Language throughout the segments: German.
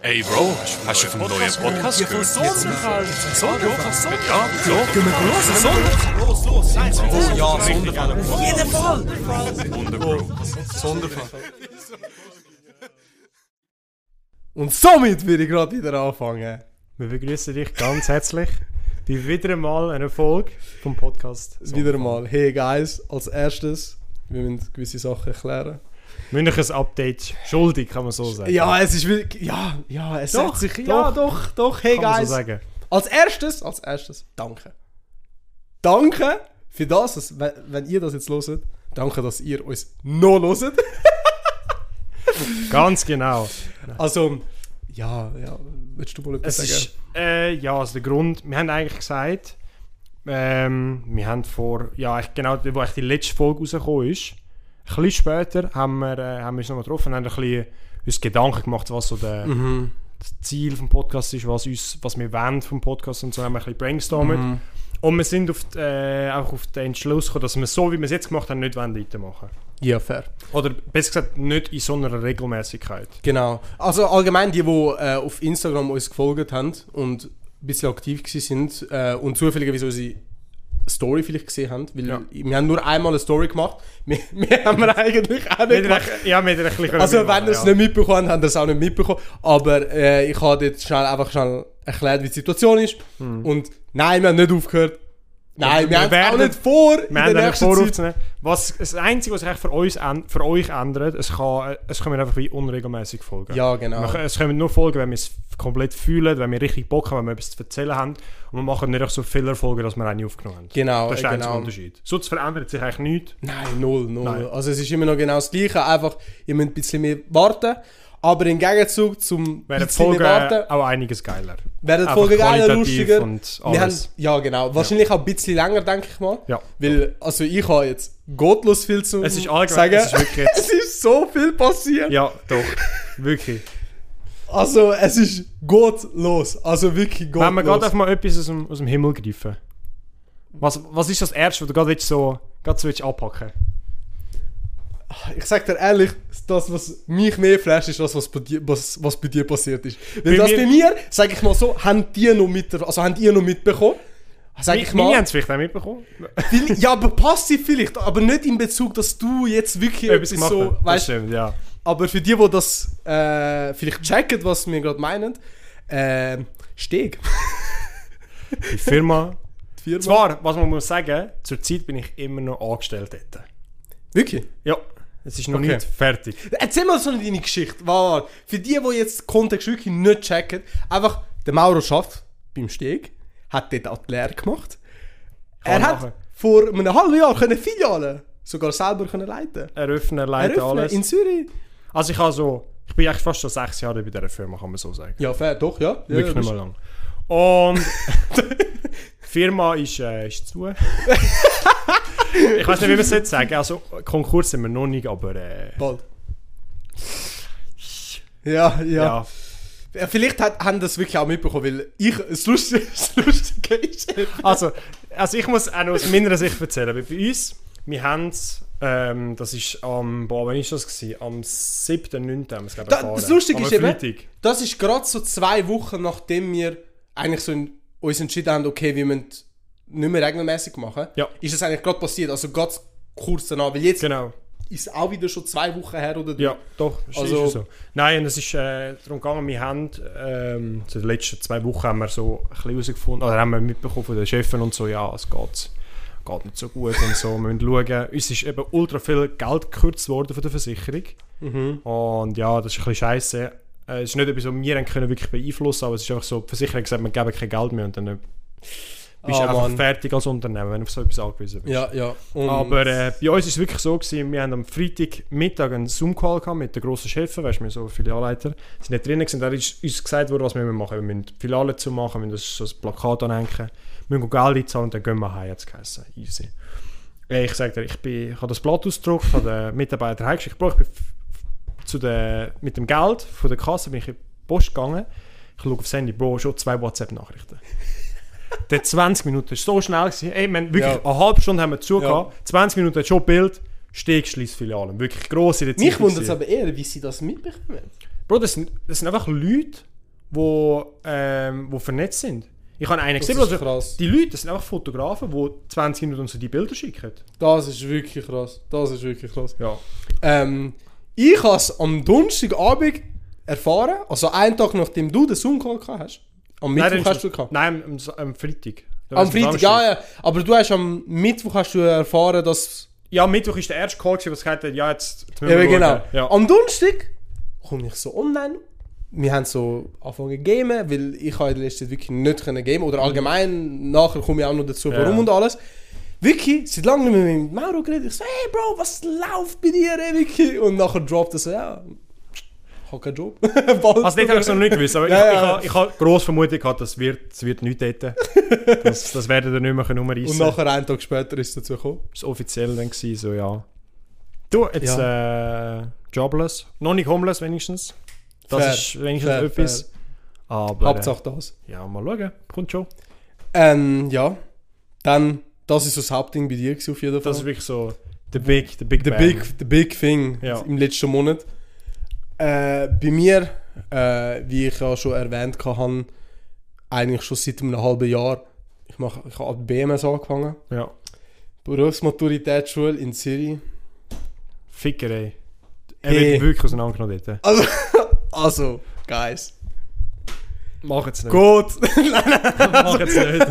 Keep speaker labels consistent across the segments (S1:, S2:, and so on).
S1: Ey, Bro, hast du vom neuen Podcast gehört?
S2: Sonntag halt. Sonntag, auf Sonntag. Ja,
S1: klar.
S2: Gehen wir los, Sonntag.
S1: Oh ja, Sonderfall. Auf
S2: Jeden Fall.
S1: Wunder, Bro.
S3: Und somit würde ich gerade wieder anfangen.
S4: Wir begrüßen dich ganz herzlich bei wieder einmal einer Folge vom Podcast. So.
S3: Wieder mal, hey guys, als erstes, wir müssen gewisse Sachen erklären.
S4: Müssen euch ein Update schuldig, kann man so sagen.
S3: Ja, es ist wirklich, ja, ja, es
S4: Doch,
S3: hat sich, ja, doch, doch, hey
S4: kann man
S3: guys.
S4: so sagen.
S3: Als erstes, als erstes, danke. Danke für das, dass, wenn wenn ihr das jetzt hört, danke, dass ihr uns noch hört.
S4: Ganz genau.
S3: Also, ja, ja, willst du mal etwas
S4: Es
S3: sagen?
S4: ist, äh, ja, also der Grund, wir haben eigentlich gesagt, ähm, wir haben vor, ja, eigentlich genau, wo eigentlich die letzte Folge rausgekommen ist, ein bisschen später haben wir, äh, haben wir uns nochmal getroffen und haben ein bisschen uns Gedanken gemacht, was so der,
S3: Mhm.
S4: das Ziel vom Podcast ist, was, uns, was wir wollen vom Podcast und so haben wir ein bisschen brainstormt.
S3: Mhm.
S4: Und wir sind auf, die, äh, auch auf den Entschluss gekommen, dass wir so, wie wir es jetzt gemacht haben, nicht wollen weitermachen
S3: Ja, fair.
S4: Oder besser gesagt, nicht in so einer Regelmäßigkeit.
S3: Genau. Also allgemein die, die äh, auf Instagram uns gefolgt haben und ein bisschen aktiv gewesen sind äh, und zufälligerweise unsere Story vielleicht gesehen haben, weil
S4: Ja.
S3: wir haben nur einmal eine Story gemacht. Mehr, mehr haben wir eigentlich auch nicht
S4: Wir
S3: gemacht.
S4: hätten- Ja, wir hätten ein bisschen
S3: Also
S4: können
S3: wenn ihr es
S4: machen,
S3: nicht mitbekommen habt, habt ihr es auch nicht mitbekommen. Aber äh, ich habe jetzt schnell, einfach schnell erklärt, wie die Situation ist. Und nein, wir haben nicht aufgehört. Nein,
S4: Hm. Ja,
S3: wir,
S4: wir
S3: haben es auch
S4: werden-
S3: nicht vor in der
S4: Wir haben eigentlich
S3: nächsten Zeit.
S4: voraufzunehmen. Was, das Einzige, was sich eigentlich für, uns, an- für euch ändert, es, kann, es können einfach wie unregelmäßig folgen.
S3: Ja, genau.
S4: Wir- Es können nur folgen, wenn wir es komplett fühlen, wenn wir richtig Bock haben, wenn wir etwas zu erzählen haben. Und wir machen nicht auch so viele Folgen, dass wir eine aufgenommen haben.
S3: Genau,
S4: Das ist
S3: äh,
S4: der einzige
S3: genau.
S4: Unterschied. Sonst verändert sich eigentlich nichts.
S3: Nein, null, null.
S4: Nein.
S3: Also es ist immer noch genau das Gleiche, einfach ihr müsst ein bisschen mehr warten. Aber im Gegenzug zum ein
S4: Wäre die
S3: bisschen
S4: Folge
S3: mehr warten,
S4: auch einiges oh, geiler.
S3: werden die
S4: einfach
S3: Folgen geiler,
S4: qualitativ
S3: lustiger.
S4: und
S3: Wir haben,
S4: alles.
S3: ja, genau. Wahrscheinlich auch ein bisschen länger, denke ich mal.
S4: Ja.
S3: Weil, also ich habe jetzt gottlos viel zu
S4: Es ist allgemein-
S3: sagen.
S4: es ist wirklich jetzt-
S3: es ist so viel passiert.
S4: Ja, doch. Wirklich.
S3: Also es ist gottlos. Also wirklich gottlos.
S4: Wenn wir gerade einfach mal etwas aus dem, aus dem Himmel greifen. Was, was ist das Erste, was du gerade willst so, gerade so willst anpacken
S3: ich sag dir ehrlich, das, was mich mehr flasht, ist das, was bei dir, was, was bei dir passiert ist. Weil
S4: Bei
S3: das
S4: mir-
S3: bei mir, sag ich mal so, haben die noch mit, also haben ihr noch mitbekommen? Sag ich
S4: Wir
S3: mal.
S4: haben es vielleicht auch mitbekommen.
S3: Weil, ja, aber passiv vielleicht, aber nicht in Bezug, dass du jetzt wirklich etwas
S4: Etwas gemacht
S3: so,
S4: haben. Das
S3: weißt
S4: stimmt, ja.
S3: Aber für die, die das äh, vielleicht checken, was wir gerade meinen, äh, Steg.
S4: Die Firma.
S3: Die Firma.
S4: Zwar, was man muss sagen, zurzeit bin ich immer noch angestellt dort.
S3: Wirklich?
S4: Ja, es ist noch
S3: Okay.
S4: nicht fertig.
S3: Erzähl mal so eine deine Geschichte. War, für die, die jetzt Kontext wirklich nicht checken, einfach der Mauro schafft beim Steg, hat dort auch die Lehre gemacht.
S4: Kann
S3: er hat
S4: machen.
S3: vor einem halben Jahr können Filialen sogar selber können leiten.
S4: Eröffnen, leiten
S3: Eröffnen
S4: alles.
S3: in Zürich.
S4: also ich habe so, ich bin eigentlich fast schon sechs Jahre bei dieser Firma, kann man so sagen.
S3: Ja, fair, doch, ja. ja
S4: Wirklich
S3: bist-
S4: nicht mal lang. Und die Firma ist, äh, ist zu. ich weiß nicht, wie man es jetzt sagen. Also Konkurs sind wir noch nicht, aber äh,
S3: Bald. Ja, ja.
S4: ja.
S3: Ja, Vielleicht hat, haben das wirklich auch mitbekommen, weil ich, das Lustige, das Lustige ist,
S4: Also, also ich muss auch noch aus meiner Sicht erzählen. weil Bei uns, wir haben es, ähm, das ist am, boah, wann ist das gewesen? Am 7., 9. haben wir es, glaube ich,
S3: Da-
S4: erfahren.
S3: das Lustige
S4: Am
S3: ist eben-
S4: Freitag.
S3: das ist gerade so zwei Wochen, nachdem wir eigentlich so in, uns entschieden haben, okay, wir müssen nicht mehr regelmäßig machen,
S4: Ja.
S3: ist das eigentlich gerade passiert, also ganz kurz danach, weil jetzt
S4: Genau.
S3: ist es auch wieder schon zwei Wochen her oder drei.
S4: Ja, doch.
S3: Also-
S4: Also, ist so. Nein, es ist äh, darum gegangen, wir haben ähm, so in den letzten zwei Wochen haben wir so ein bisschen herausgefunden, oder haben wir mitbekommen von den Chefs und so, ja, es geht, geht nicht so gut und so, wir müssen schauen. Uns ist eben ultra viel Geld gekürzt worden von der Versicherung.
S3: Mhm.
S4: Und ja, das ist ein bisschen scheiße. Äh, es ist nicht etwas, was wir haben können wirklich beeinflussen können, aber es ist einfach so, die Versicherung hat gesagt, wir geben kein Geld mehr und dann äh, bist du
S3: Ah,
S4: einfach
S3: Mann.
S4: fertig als Unternehmen, wenn du auf so etwas angewiesen bist.
S3: ja. ja. Und-
S4: Aber äh, bei uns war es wirklich so, gewesen, wir haben am Freitagmittag einen Zoom-Call gehabt mit den grossen Chefen, weißt du, wir so Filialleiter, sind nicht drin gewesen, da ist uns gesagt worden, was wir machen müssen. Wir müssen die Filiale zu machen, wir müssen so ein Plakat anhängen, wir müssen Geld einzahlen und dann gehen wir heim, jetzt geheißen. Easy. Äh, Ich sage dir, ich, bin, ich habe das Blatt ausgedruckt, habe den Mitarbeiter heimgeschickt, Bro, ich bin f- f- zu der, mit dem Geld von der Kasse bin ich in die Post gegangen, ich schaue aufs Handy, Bro, schon zwei WhatsApp-Nachrichten. Der 20 Minuten ist so schnell gewesen. Ey, wir haben wirklich
S3: Ja.
S4: eine halbe Stunde haben wir zu
S3: Ja.
S4: gehabt. 20 Minuten hat schon Bild, Stegschließfilialen. Wirklich grosse
S3: mich wundert es
S4: gewesen.
S3: aber eher, wie sie das mitbekommen.
S4: Bro, das sind, das sind einfach Leute, wo, ähm, wo vernetzt sind. Ich habe einen
S3: Das
S4: gesehen,
S3: ist
S4: also
S3: krass.
S4: die Leute, das sind einfach Fotografen, die 20 Minuten so die Bilder schicken.
S3: Das ist wirklich krass. Das ist wirklich krass.
S4: Ja.
S3: Ähm, ich habe es am Donnerstagabend erfahren, also einen Tag nachdem du den Zoom-Call gehabt hast. Am Mittwoch
S4: nein,
S3: hast du gehabt.
S4: Nein, am, am- am Freitag.
S3: am Freitag, ja, ja. Aber du hast am Mittwoch hast du erfahren, dass...
S4: Ja, Mittwoch ist der erste Call, gewesen, was gesagt hat, ja, jetzt, jetzt müssen
S3: Ja,
S4: wir
S3: genau.
S4: schauen. Ja.
S3: Am Donnerstag komme ich so online. Wir haben so angefangen zu gamen, weil ich habe in der letzten Zeit wirklich nicht können gamen Oder allgemein, nachher komme ich auch noch dazu,
S4: Ja.
S3: warum und alles. Vicky, seit langem nicht mehr mit Mauro geredet. Ich so, hey Bro, was läuft bei dir, ey, Vicky? Und nachher droppt er so, ja, ich habe keinen Job. Bald.
S4: Also dort habe ich es noch nicht gewusst, aber
S3: Ja,
S4: ich, ich,
S3: ja.
S4: habe- ich habe grosse Vermutung gehabt, das wird, das wird nichts dort. Das, das werden wir nicht mehr umreißen
S3: und nachher, einen Tag später, ist es dazu gekommen.
S4: Das war offiziell dann gewesen, so ja. Du, jetzt äh, jobless. Noch nicht homeless wenigstens. Das
S3: Fair,
S4: ist wenigstens
S3: fair,
S4: etwas. Aber äh,
S3: Hauptsache das.
S4: ja, mal schauen. Kommt schon.
S3: Ähm, ja. Dann, das ist so das Hauptding bei dir gewesen, auf jeden Fall.
S4: Das ist wirklich so the big, the big
S3: The
S4: bang.
S3: big, the big thing
S4: Ja.
S3: im letzten Monat. Äh, bei mir, äh, wie ich ja schon erwähnt habe, eigentlich schon seit einem halben Jahr, ich, mach, ich habe an BMS angefangen,
S4: Ja.
S3: Berufsmaturitätsschule in Zürich.
S4: Ficker, ey. Er
S3: Hey.
S4: wird wirklich auseinandergenommen dort.
S3: Also, also guys,
S4: Mach jetzt nicht.
S3: gut.
S4: Mach jetzt nicht.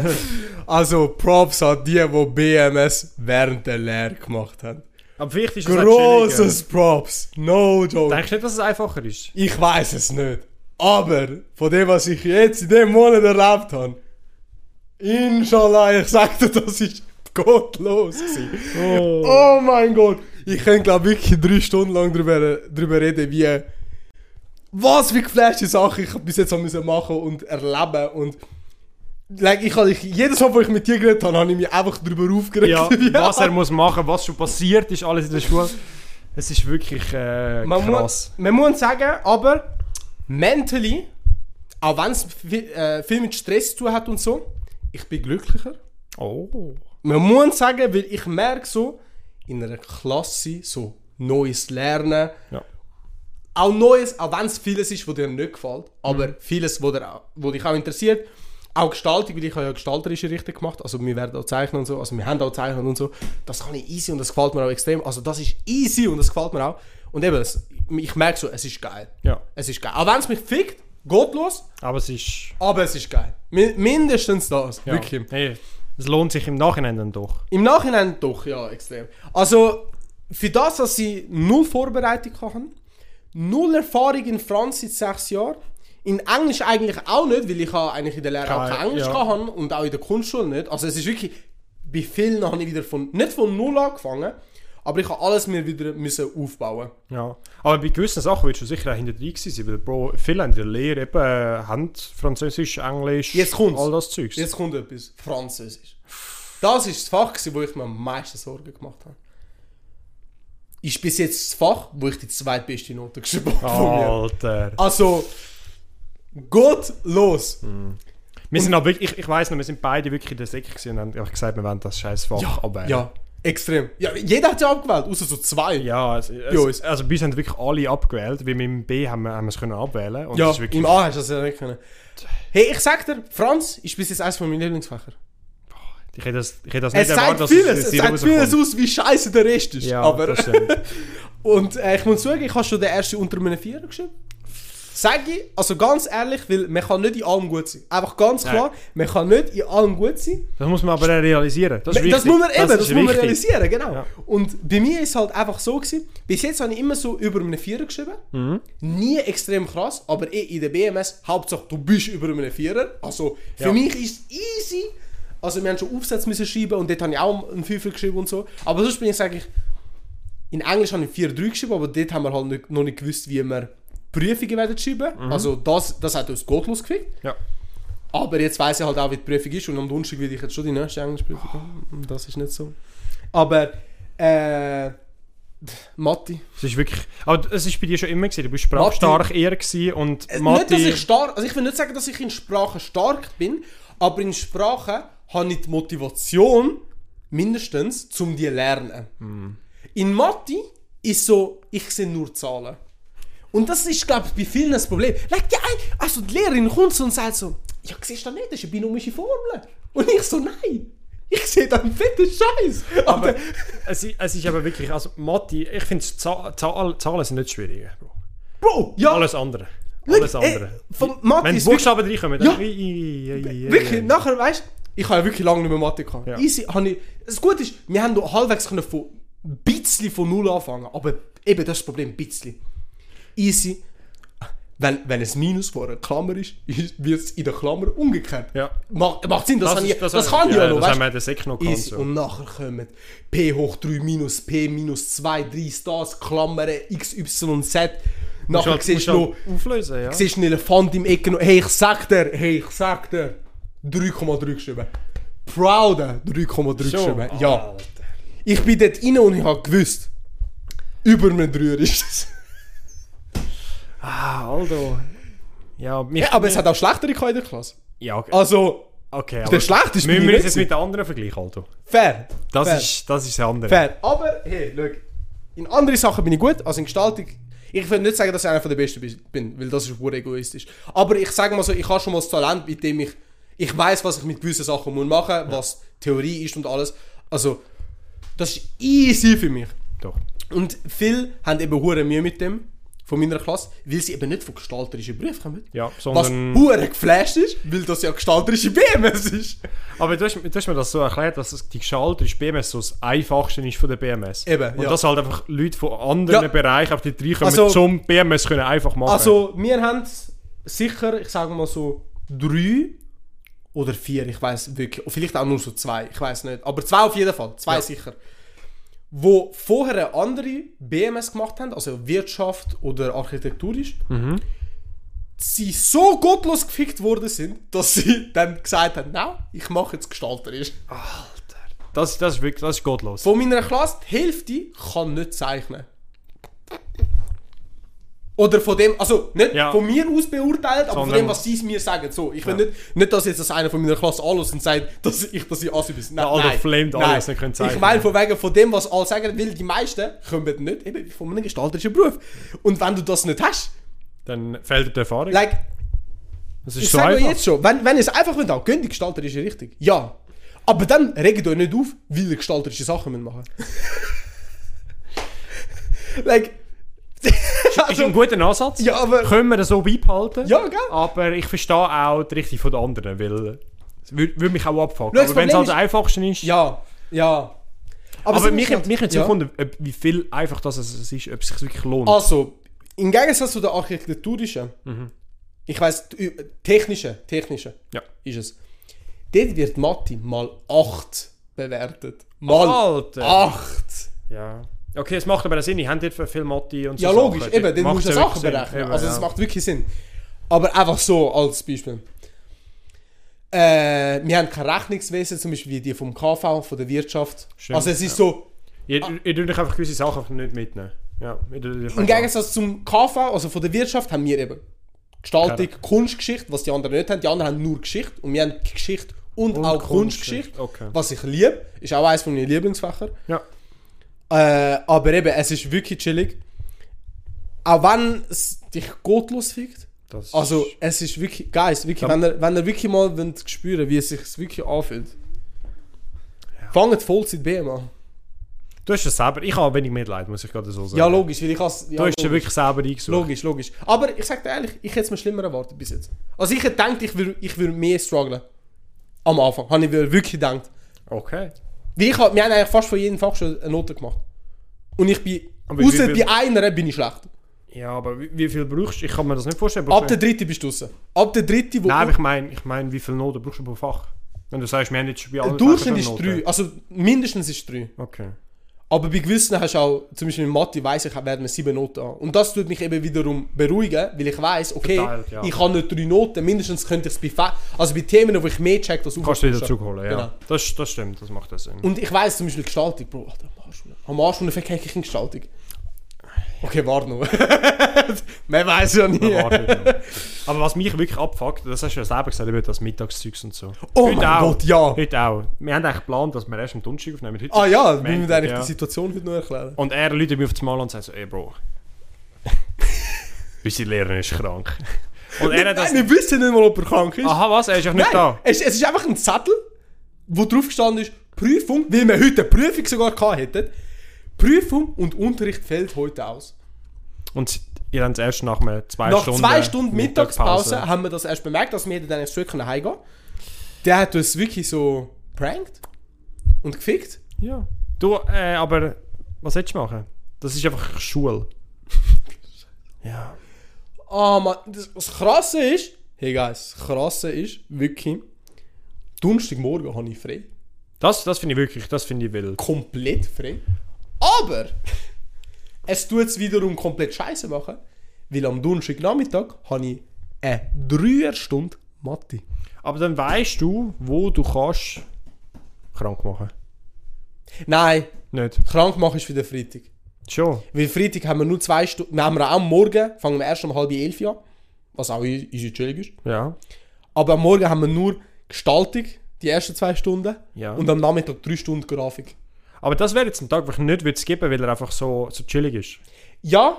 S3: Also, Props an die, die BMS während der Lehre gemacht haben.
S4: Aber vielleicht ist es auch chilliger.
S3: Grosses Props, no joke.
S4: Denkst du nicht, dass es einfacher ist?
S3: Ich weiß es nicht. Aber von dem, was ich jetzt in dem Monat erlebt habe, inshallah, ich sagte, das ist gottlos. gewesen.
S4: Oh.
S3: Oh mein Gott. Ich könnte, glaube ich, wirklich drei Stunden lang drüber, drüber reden, wie. Was für geflashte Sachen ich bis jetzt habe müssen machen und erleben. Und. Like, ich, habe- ich, jedes Mal, wo ich mit dir geredet habe, habe ich mich einfach darüber aufgeregt.
S4: Ja,
S3: wie-
S4: was er muss machen, was schon passiert ist, alles in der Schule. Es ist wirklich äh,
S3: Man
S4: krass.
S3: muss, man muss sagen, aber mentally, auch wenn es viel, äh, viel mit Stress zu tun hat und so, ich bin glücklicher.
S4: Oh.
S3: Man muss sagen, weil ich merke so, in einer Klasse so neues Lernen,
S4: Ja.
S3: auch Neues, auch wenn es vieles ist, was dir nicht gefällt, aber
S4: Mhm.
S3: vieles, was dir auch- was dich auch interessiert, auch Gestaltung, weil ich habe ja gestalterische Richtung gemacht, also wir werden auch zeichnen und so, also wir haben auch zeichnen und so, das kann ich easy und das gefällt mir auch extrem, also das ist easy und das gefällt mir auch und eben, das, ich merke so, es ist geil,
S4: Ja.
S3: es ist geil, auch wenn es mich fickt, gottlos,
S4: Aber es ist.
S3: aber es ist geil, Mi- mindestens das,
S4: Ja.
S3: wirklich.
S4: Hey, es lohnt sich im Nachhinein dann doch.
S3: Im Nachhinein doch, ja, extrem. Also, für das, dass sie null Vorbereitung hatten, null Erfahrung in Franz seit sechs Jahren, in Englisch eigentlich auch nicht, weil ich habe eigentlich in der Lehre auch
S4: Kein-
S3: kein Englisch
S4: ja.
S3: hatte und auch in der Kunstschule nicht. Also es ist wirklich, bei vielen habe ich wieder von, nicht von null angefangen, aber ich habe alles mir wieder müssen aufbauen.
S4: Ja. Aber bei gewissen Sachen würdest du sicher auch hinter dir gewesen sein, weil Bro, viele in der Lehre eben äh, haben Französisch, Englisch,
S3: Jetzt kommt's.
S4: all das Zeugs.
S3: Jetzt kommt etwas, Französisch. Das ist das Fach, gewesen, wo ich mir am meisten Sorgen gemacht habe. Ist bis jetzt das Fach, wo ich die zweitbeste Note geschrieben habe. von
S4: Ah,
S3: mir.
S4: Alter.
S3: Also, Gott los!
S4: Wir sind auch wirklich, ich, ich weiss noch, wir sind beide wirklich in der Säcke gewesen und haben einfach gesagt, wir wollen das scheiß Fach. aber,
S3: Ja, extrem. Ja, jeder hat ja abgewählt, außer so zwei.
S4: Ja, es,
S3: uns.
S4: es, also bei uns haben wirklich alle abgewählt, weil mit dem B haben wir, haben wir es können abwählen. Und
S3: ja
S4: es ist wirklich,
S3: im A hast du das ja nicht können. Hey, ich sag dir, Franz ist bis jetzt eines von meinen Lieblingsfächern.
S4: ich hätte das, ich hätte das
S3: Es
S4: nicht erwartet,
S3: sagt
S4: dass
S3: vieles, es
S4: hier
S3: sagt vieles
S4: rauskommt.
S3: aus, wie scheiße der Rest ist.
S4: Ja,
S3: aber,
S4: das stimmt.
S3: und äh, ich muss sagen, ich habe schon den ersten unter meinen Vierer geschrieben. Sag ich, also ganz ehrlich, weil man kann nicht in allem gut sein. Einfach ganz
S4: Nein.
S3: klar, man kann nicht in allem gut sein.
S4: Das muss man aber realisieren. Das, ist
S3: das
S4: wichtig.
S3: muss man eben, das,
S4: ist
S3: muss man
S4: wichtig.
S3: realisieren, genau.
S4: Ja.
S3: Und bei mir ist es halt einfach so gewesen, bis jetzt habe ich immer so über einen Vierer geschrieben.
S4: Mhm.
S3: Nie extrem krass, aber eh in der BMS, Hauptsache du bist über einen Vierer. Also für
S4: Ja.
S3: mich ist es easy. Also wir haben schon Aufsätze müssen schreiben und dort habe ich auch einen Fünfer geschrieben und so. Aber sonst bin ich, sage ich, in Englisch habe ich 4-3 geschrieben, aber dort haben wir halt nicht, noch nicht gewusst, wie wir Prüfungen werden schreiben.
S4: Mhm.
S3: Also das, das hat uns gottlos gefickt.
S4: Ja.
S3: Aber jetzt weiß ich halt auch, wie die Prüfung ist und am Donnerstag will ich jetzt schon die nächste Englischprüfung haben. Und Das ist nicht so. Aber, äh, Matti.
S4: Es ist wirklich, aber es ist bei dir schon immer gewesen. Du bist sprachstark eher gewesen und
S3: Äh, Nicht,
S4: Matti.
S3: dass ich stark, also ich will nicht sagen, dass ich in Sprachen stark bin, aber in Sprachen habe ich die Motivation, mindestens, um
S4: Hm.
S3: die zu lernen. In Mathe ist so, ich sehe nur Zahlen. Und das ist, glaube ich, bei vielen das Problem. Like, die ein also die Lehrerin kommt so und sagt so, ja, siehst du das nicht, das ist eine binomische Formel. Und ich so, nein, ich sehe da einen fetten Scheiß. Aber,
S4: Es, i- es ist aber wirklich, also Matti, ich finde Zahl, Zahl, Zahlen sind nicht schwierig. Bro.
S3: Bro, ja,
S4: Alles andere.
S3: Look,
S4: Alles
S3: ey,
S4: andere.
S3: vom Äh, Matti
S4: Wenn
S3: ist wirklich-
S4: Buchstaben reinkommen,
S3: Ja.
S4: dann... Ei, ei, ei, ei, ei,
S3: Wirklich,
S4: ei.
S3: nachher, weißt ich habe ja wirklich lange nicht mehr Mathe gehabt.
S4: Ja.
S3: Easy, habe ich, das Gute ist, wir haben noch halbwegs können von ein bisschen von Null anfangen, aber eben das ist das Problem, ein bisschen. Easy, wenn, wenn es Minus vor einer Klammer ist, wird es in der Klammer umgekehrt.
S4: Ja.
S3: Macht, macht Sinn, das,
S4: ist-
S3: kann ich, das, kann
S4: ja,
S3: ich ja noch,
S4: Das
S3: weißt
S4: haben wir in der Sek noch gehabt.
S3: Easy.
S4: So.
S3: Und nachher kommen P hoch 3 minus P minus 2, 3 Stars, Klammern, X, Y, Z.
S4: Musst
S3: Nachher
S4: halt-
S3: siehst du
S4: musst
S3: noch
S4: halt auflösen, ja.
S3: siehst einen Elefant im Ecken und hey, ich sag dir, hey, ich sag dir, 3,3 geschrieben. Prouder 3,3 geschrieben. Ja. Ich bin dort rein und ich habe gewusst, über einem 3 ist es.
S4: Ah, Aldo. Ja, mich,
S3: Ja, aber es hat auch schlechtere gehabt in der Klasse.
S4: ja, okay.
S3: Also,
S4: okay
S3: der schlechteste bin
S4: Müssen
S3: ich nicht
S4: wir uns jetzt
S3: gewesen.
S4: mit den anderen vergleichen, Aldo?
S3: fair.
S4: Das
S3: fair.
S4: ist das ist das andere.
S3: fair. Aber, hey, schau, in anderen Sachen bin ich gut, also in Gestaltung. Ich will nicht sagen, dass ich einer der Besten bi- bin, weil das ist pur egoistisch. Aber ich sage mal so, ich habe schon mal das Talent, mit dem ich, ich weiß, was ich mit gewissen Sachen muss machen muss, was Theorie ist und alles. Also, das ist easy für mich.
S4: Doch.
S3: Und viele haben eben hure Mühe mit dem, von meiner Klasse, weil sie eben nicht von gestalterischen Berufen kommen.
S4: Ja,
S3: was
S4: sondern...
S3: hure geflasht ist, weil das ja gestalterische BMS ist.
S4: Aber du hast, du hast mir das so erklärt, dass es die gestalterische BMS so das einfachste ist von der BMS.
S3: Eben,
S4: Und
S3: ja.
S4: dass halt einfach Leute von anderen
S3: Ja.
S4: Bereichen auf die drei kommen,
S3: Also-
S4: zum BMS können einfach machen.
S3: Also, wir haben sicher, ich sage mal so, drei oder vier, ich weiß wirklich, oder vielleicht auch nur so zwei, ich weiß nicht. Aber zwei auf jeden Fall, zwei sicher. Wo vorher eine andere BMS gemacht haben, also Wirtschaft oder architekturisch, sie so gottlos gefickt worden sind, dass sie dann gesagt haben, nein, ich mache jetzt gestalterisch.
S4: Das, das ist wirklich, das ist gottlos.
S3: Von meiner Klasse, die Hälfte kann nicht zeichnen. Oder von dem, also nicht
S4: Ja.
S3: von mir aus beurteilt, aber von
S4: Sondern-
S3: dem, was sie mir sagen. So, ich will nicht, nicht, dass jetzt das einer von meiner Klasse alles und sagt, dass ich das in Asi bin. Nein,
S4: Alter
S3: nein,
S4: flamed
S3: nein.
S4: alles, nicht können zeichnen.
S3: Ich meine von wegen von dem, was alle sagen, weil die meisten kommen nicht eben von einem gestalterischen Beruf. Und wenn du das nicht hast,
S4: Dann fehlt dir die Erfahrung.
S3: like,
S4: das ist
S3: ich
S4: so
S3: sage euch
S4: einfach.
S3: jetzt schon, wenn, wenn ihr es einfach wollt, auch, geht die gestalterische Richtung. Ja. Aber dann regt euch nicht auf, weil ihr gestalterische Sachen müsst machen Like.
S4: Ist ein
S3: also,
S4: guter Ansatz.
S3: ja, aber.
S4: Können wir das so beibehalten.
S3: Ja, gell?
S4: Aber ich verstehe auch die Richtung von den anderen, weil es würde würde mich auch abfucken.
S3: Schau, das
S4: Aber wenn es
S3: Problem
S4: halt das Einfachste ist...
S3: Ja, ja.
S4: Aber
S3: sind wir
S4: mich
S3: schon-
S4: hat mich hat's
S3: halt, ja.
S4: gefunden, ob- wie viel einfach das es ist, ob es sich wirklich lohnt.
S3: Also, im Gegensatz zu der architekturischen, ich weiss, die Ü- technische, technische
S4: Mhm. Ja.
S3: ist es. Dort wird Mathe mal 8 bewertet. Mal
S4: Alter.
S3: 8!
S4: Ja. Okay, es macht aber auch Sinn. Ich habe dort für viel Matti und so
S3: Ja, logisch,
S4: Sachen.
S3: eben, dann
S4: Macht
S3: musst du
S4: ja
S3: Sachen
S4: wirklich Sinn.
S3: berechnen.
S4: Eben,
S3: also,
S4: ja.
S3: das macht wirklich Sinn. Aber einfach so als Beispiel. Äh, wir haben kein Rechnungswesen, zum Beispiel wie die vom KV, von der Wirtschaft.
S4: Stimmt,
S3: also, es ist so,
S4: Ihr,
S3: Ah.
S4: ihr dürft euch einfach gewisse Sachen einfach nicht mitnehmen. Ja, ihr dürft euch
S3: im
S4: einfach-
S3: Gegensatz zum KV, also von der Wirtschaft, haben wir eben Gestaltung,
S4: Keine.
S3: Kunstgeschichte, was die anderen nicht haben. Die anderen haben nur Geschichte und wir haben Geschichte und,
S4: Und
S3: auch
S4: Kunstgeschichte,
S3: Kunstgeschichte.
S4: okay.
S3: Was ich liebe, ist auch eines meiner Lieblingsfächer.
S4: Ja.
S3: Äh, aber eben, es ist wirklich chillig. Auch wenn es dich gottlos fickt,
S4: Das
S3: Also,
S4: ist-
S3: es ist wirklich, Guys, wirklich,
S4: Ja.
S3: wenn, ihr, wenn ihr wirklich mal wollt spüren wie es sich wirklich anfühlt, fangt Vollzeit BM an.
S4: Du hast es selber... Ich habe wenig Mitleid, muss ich gerade so sagen.
S3: Ja, logisch, weil ich has, ja,
S4: Du hast es
S3: logisch,
S4: wirklich selber eingesucht.
S3: logisch, logisch. Aber ich sag dir ehrlich, ich hätte es mir schlimmer erwartet bis jetzt. Also, ich hätte gedacht, ich würde ich würd mehr strugglen. Am Anfang, habe ich wirklich gedacht.
S4: Okay.
S3: Weil ich hab, wir haben eigentlich fast von jedem Fach schon eine Note gemacht. Und ich bin,
S4: Aber
S3: außer
S4: wie viel-
S3: bei einer bin ich schlecht.
S4: Ja, aber wie, wie viel brauchst du? Ich kann mir das nicht vorstellen.
S3: Ab der dritten bist du raus. Ab der dritten, wo
S4: Nein, aber ich meine, ich mein, wie viel Noten brauchst du pro Fach? Wenn du sagst, wir haben jetzt schon bei
S3: der
S4: allen
S3: Durchschnitt
S4: Fächern
S3: ist
S4: schon
S3: drei.
S4: Noten.
S3: Also, mindestens ist drei.
S4: Okay.
S3: Aber bei gewissen hast du auch, zum Beispiel in Mathe, weiss ich, werden wir sieben Noten haben. Und das tut mich eben wiederum beruhigen, weil ich weiss, okay,
S4: Verteilt, ja.
S3: ich habe nicht drei Noten, mindestens könnte ich es bei, Fa- also bei Themen, wo ich mehr check, das
S4: Kannst du wieder
S3: aufpushen.
S4: zurückholen, ja.
S3: Genau.
S4: Das, das stimmt, das macht ja Sinn.
S3: Und ich weiss zum Beispiel Gestaltung, Bro, Alter, am Arsch, Mann. am Arsch und verkecke ich in Gestaltung. Okay, warte noch. Man weiss ja nie.
S4: Erwartet noch. Aber was mich wirklich abfuckt, das hast du ja selber gesagt, über das Mittagszeugs und so.
S3: Oh mein Gott, ja.
S4: Heute auch. Wir haben eigentlich geplant, dass wir erst am Donnerstag aufnehmen. Heute
S3: Ah ja, wir
S4: Montag,
S3: müssen eigentlich
S4: ja.
S3: die Situation heute noch erklären.
S4: Und er läutet mir auf das Mal und sagt so, ey Bro, Unsere Lehrerin ist krank. Und er hat das...
S3: Nein, wir wissen nicht mal, ob er krank ist.
S4: Aha, was? Er ist auch
S3: Nein,
S4: nicht da.
S3: Es, es ist einfach ein Zettel, wo drauf gestanden ist, Prüfung, weil wir heute eine Prüfung sogar gehabt hätten. Prüfung und Unterricht fällt heute aus.
S4: Und ihr habt es erst nach einer zwei
S3: Nach
S4: Stunden...
S3: zwei Stunden Mittagspause, haben wir das erst bemerkt, dass wir hätten dann erst zurück nach Hause gehen können. Der hat uns wirklich so prankt und gefickt.
S4: Ja. Du, äh, aber... Was willst du machen? Das ist einfach Schule. ja.
S3: Ah, Mann, das, das Krasse ist, hey guys, das Krasse ist wirklich, Donnerstagmorgen habe ich frei.
S4: Das, das finde ich wirklich, das finde ich wild.
S3: komplett frei. Aber es tut es wiederum komplett scheiße machen, weil am Donnerstagnachmittag habe ich eine 3 Stunde Mathe.
S4: Aber dann weißt du, wo du kannst krank machen.
S3: Nein,
S4: Nicht.
S3: krank machen ist wieder Freitag.
S4: Schon.
S3: Weil Freitag haben wir nur zwei Stunden, nehmen wir auch am Morgen, fangen wir erst um halb elf an, was auch i- ist chillig ist.
S4: Ja.
S3: Aber am Morgen haben wir nur Gestaltung, die ersten zwei Stunden,
S4: Ja.
S3: und am Nachmittag drei Stunden Grafik.
S4: Aber das wäre jetzt ein Tag, wo ich nicht würde skippen, weil er einfach so, so chillig ist.
S3: Ja,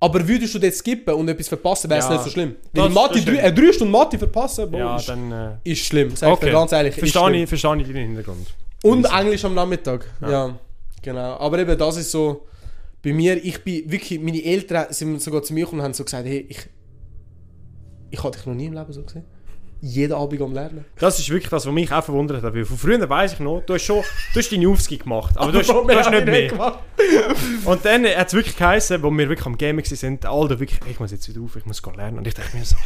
S3: aber würdest du das skippen und etwas verpassen, wäre es
S4: Ja.
S3: nicht so schlimm.
S4: Das-
S3: Weil Mathe,
S4: das stimmt.
S3: drei, äh, drei Stunden Mathe verpassen, boah,
S4: ja,
S3: ist
S4: dann. Äh,
S3: ist schlimm, sag ich dir ganz ehrlich. ist
S4: Verstehe
S3: schlimm.
S4: ich, verstehe ich deinen Hintergrund.
S3: Und Englisch am Nachmittag. Ja. genau. Aber eben, das ist so. Bei mir, ich bin wirklich, meine Eltern sind sogar zu mir gekommen und haben so gesagt: Hey, ich. Ich hatte dich noch nie im Leben so gesehen. Jeden Abend am Lernen.
S4: Das ist wirklich das, was mich auch verwundert hat. weil Von früher weiss ich noch, du hast schon du hast deine Aufski gemacht, aber du hast, du hast nicht mehr. Und dann hat es wirklich geheißen, wo wir wirklich am Gaming waren, Alter, wirklich, ich muss jetzt wieder auf, ich muss gehen lernen. Und ich dachte mir so,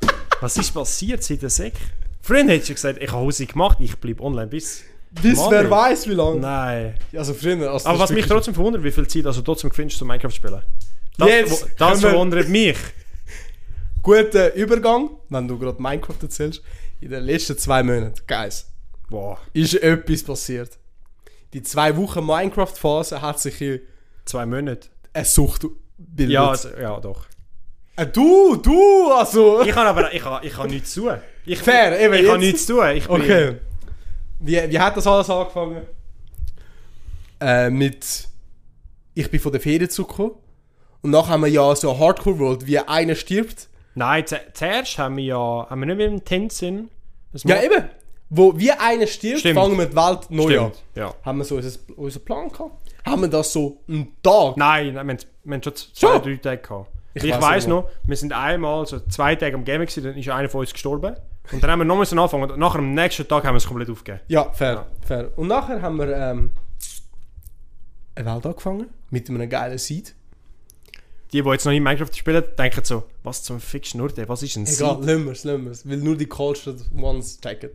S4: Alter, was ist passiert seit der Sek? Früher hättest du gesagt, ich habe Hause gemacht, ich bleibe online bis.
S3: Bis
S4: Mann,
S3: wer
S4: ey.
S3: weiß, wie lange.
S4: Nein.
S3: Also, früher. Also
S4: Aber
S3: das ist
S4: was mich
S3: wirklich-
S4: trotzdem verwundert, wie viel Zeit also trotzdem findest du zum Minecraft spielen? Das,
S3: Jetzt
S4: wo- das
S3: können wir-
S4: verwundert mich.
S3: Guter Übergang, wenn du gerade Minecraft erzählst. In den letzten zwei Monaten, Guys,
S4: Boah,
S3: ist etwas passiert. Die zwei Wochen Minecraft-Phase hat sich in
S4: zwei Monate.
S3: eine Sucht bildet.
S4: Ja, also, ja, doch.
S3: Äh, du, du, also.
S4: Ich habe aber ich habe, ich habe nichts zu tun. Ich,
S3: Fair, eben
S4: ich habe
S3: jetzt.
S4: nichts zu tun. Ich bin,
S3: Okay. Wie, wie hat das alles angefangen? Äh, mit. Ich bin von der Ferien zurückgekommen. Und nachher haben wir ja so eine Hardcore-World, wie einer stirbt.
S4: Nein, zu- zuerst haben wir ja haben wir nicht mit dem Tenzin. das
S3: Ja,
S4: Ma-
S3: eben. Wo wie einer stirbt,
S4: Stimmt.
S3: fangen wir die Welt neu an.
S4: Stimmt. Ja.
S3: Haben wir so unseren unser Plan gehabt? Haben wir das so einen Tag?
S4: Nein, nein, wir, haben- wir haben schon zwei,
S3: Schon?
S4: drei Tage gehabt.
S3: Ich
S4: Ich, ich
S3: weiss
S4: weiss
S3: nicht mehr.
S4: noch, wir sind einmal so zwei Tage am Gaming, gewesen, dann ist einer von uns gestorben. Und dann haben wir nochmal so angefangen und nachher am nächsten Tag haben wir es komplett aufgegeben.
S3: Ja, fair, fair. Und nachher haben wir ähm, eine Welt angefangen. Mit einem geilen Seed.
S4: Die, die jetzt noch nicht Minecraft spielen, denken so, was zum Fick schnurrt der, was ist ein
S3: Egal,
S4: Seed?
S3: lassen wir es, lassen wir es. Weil nur die Cultured Ones checken.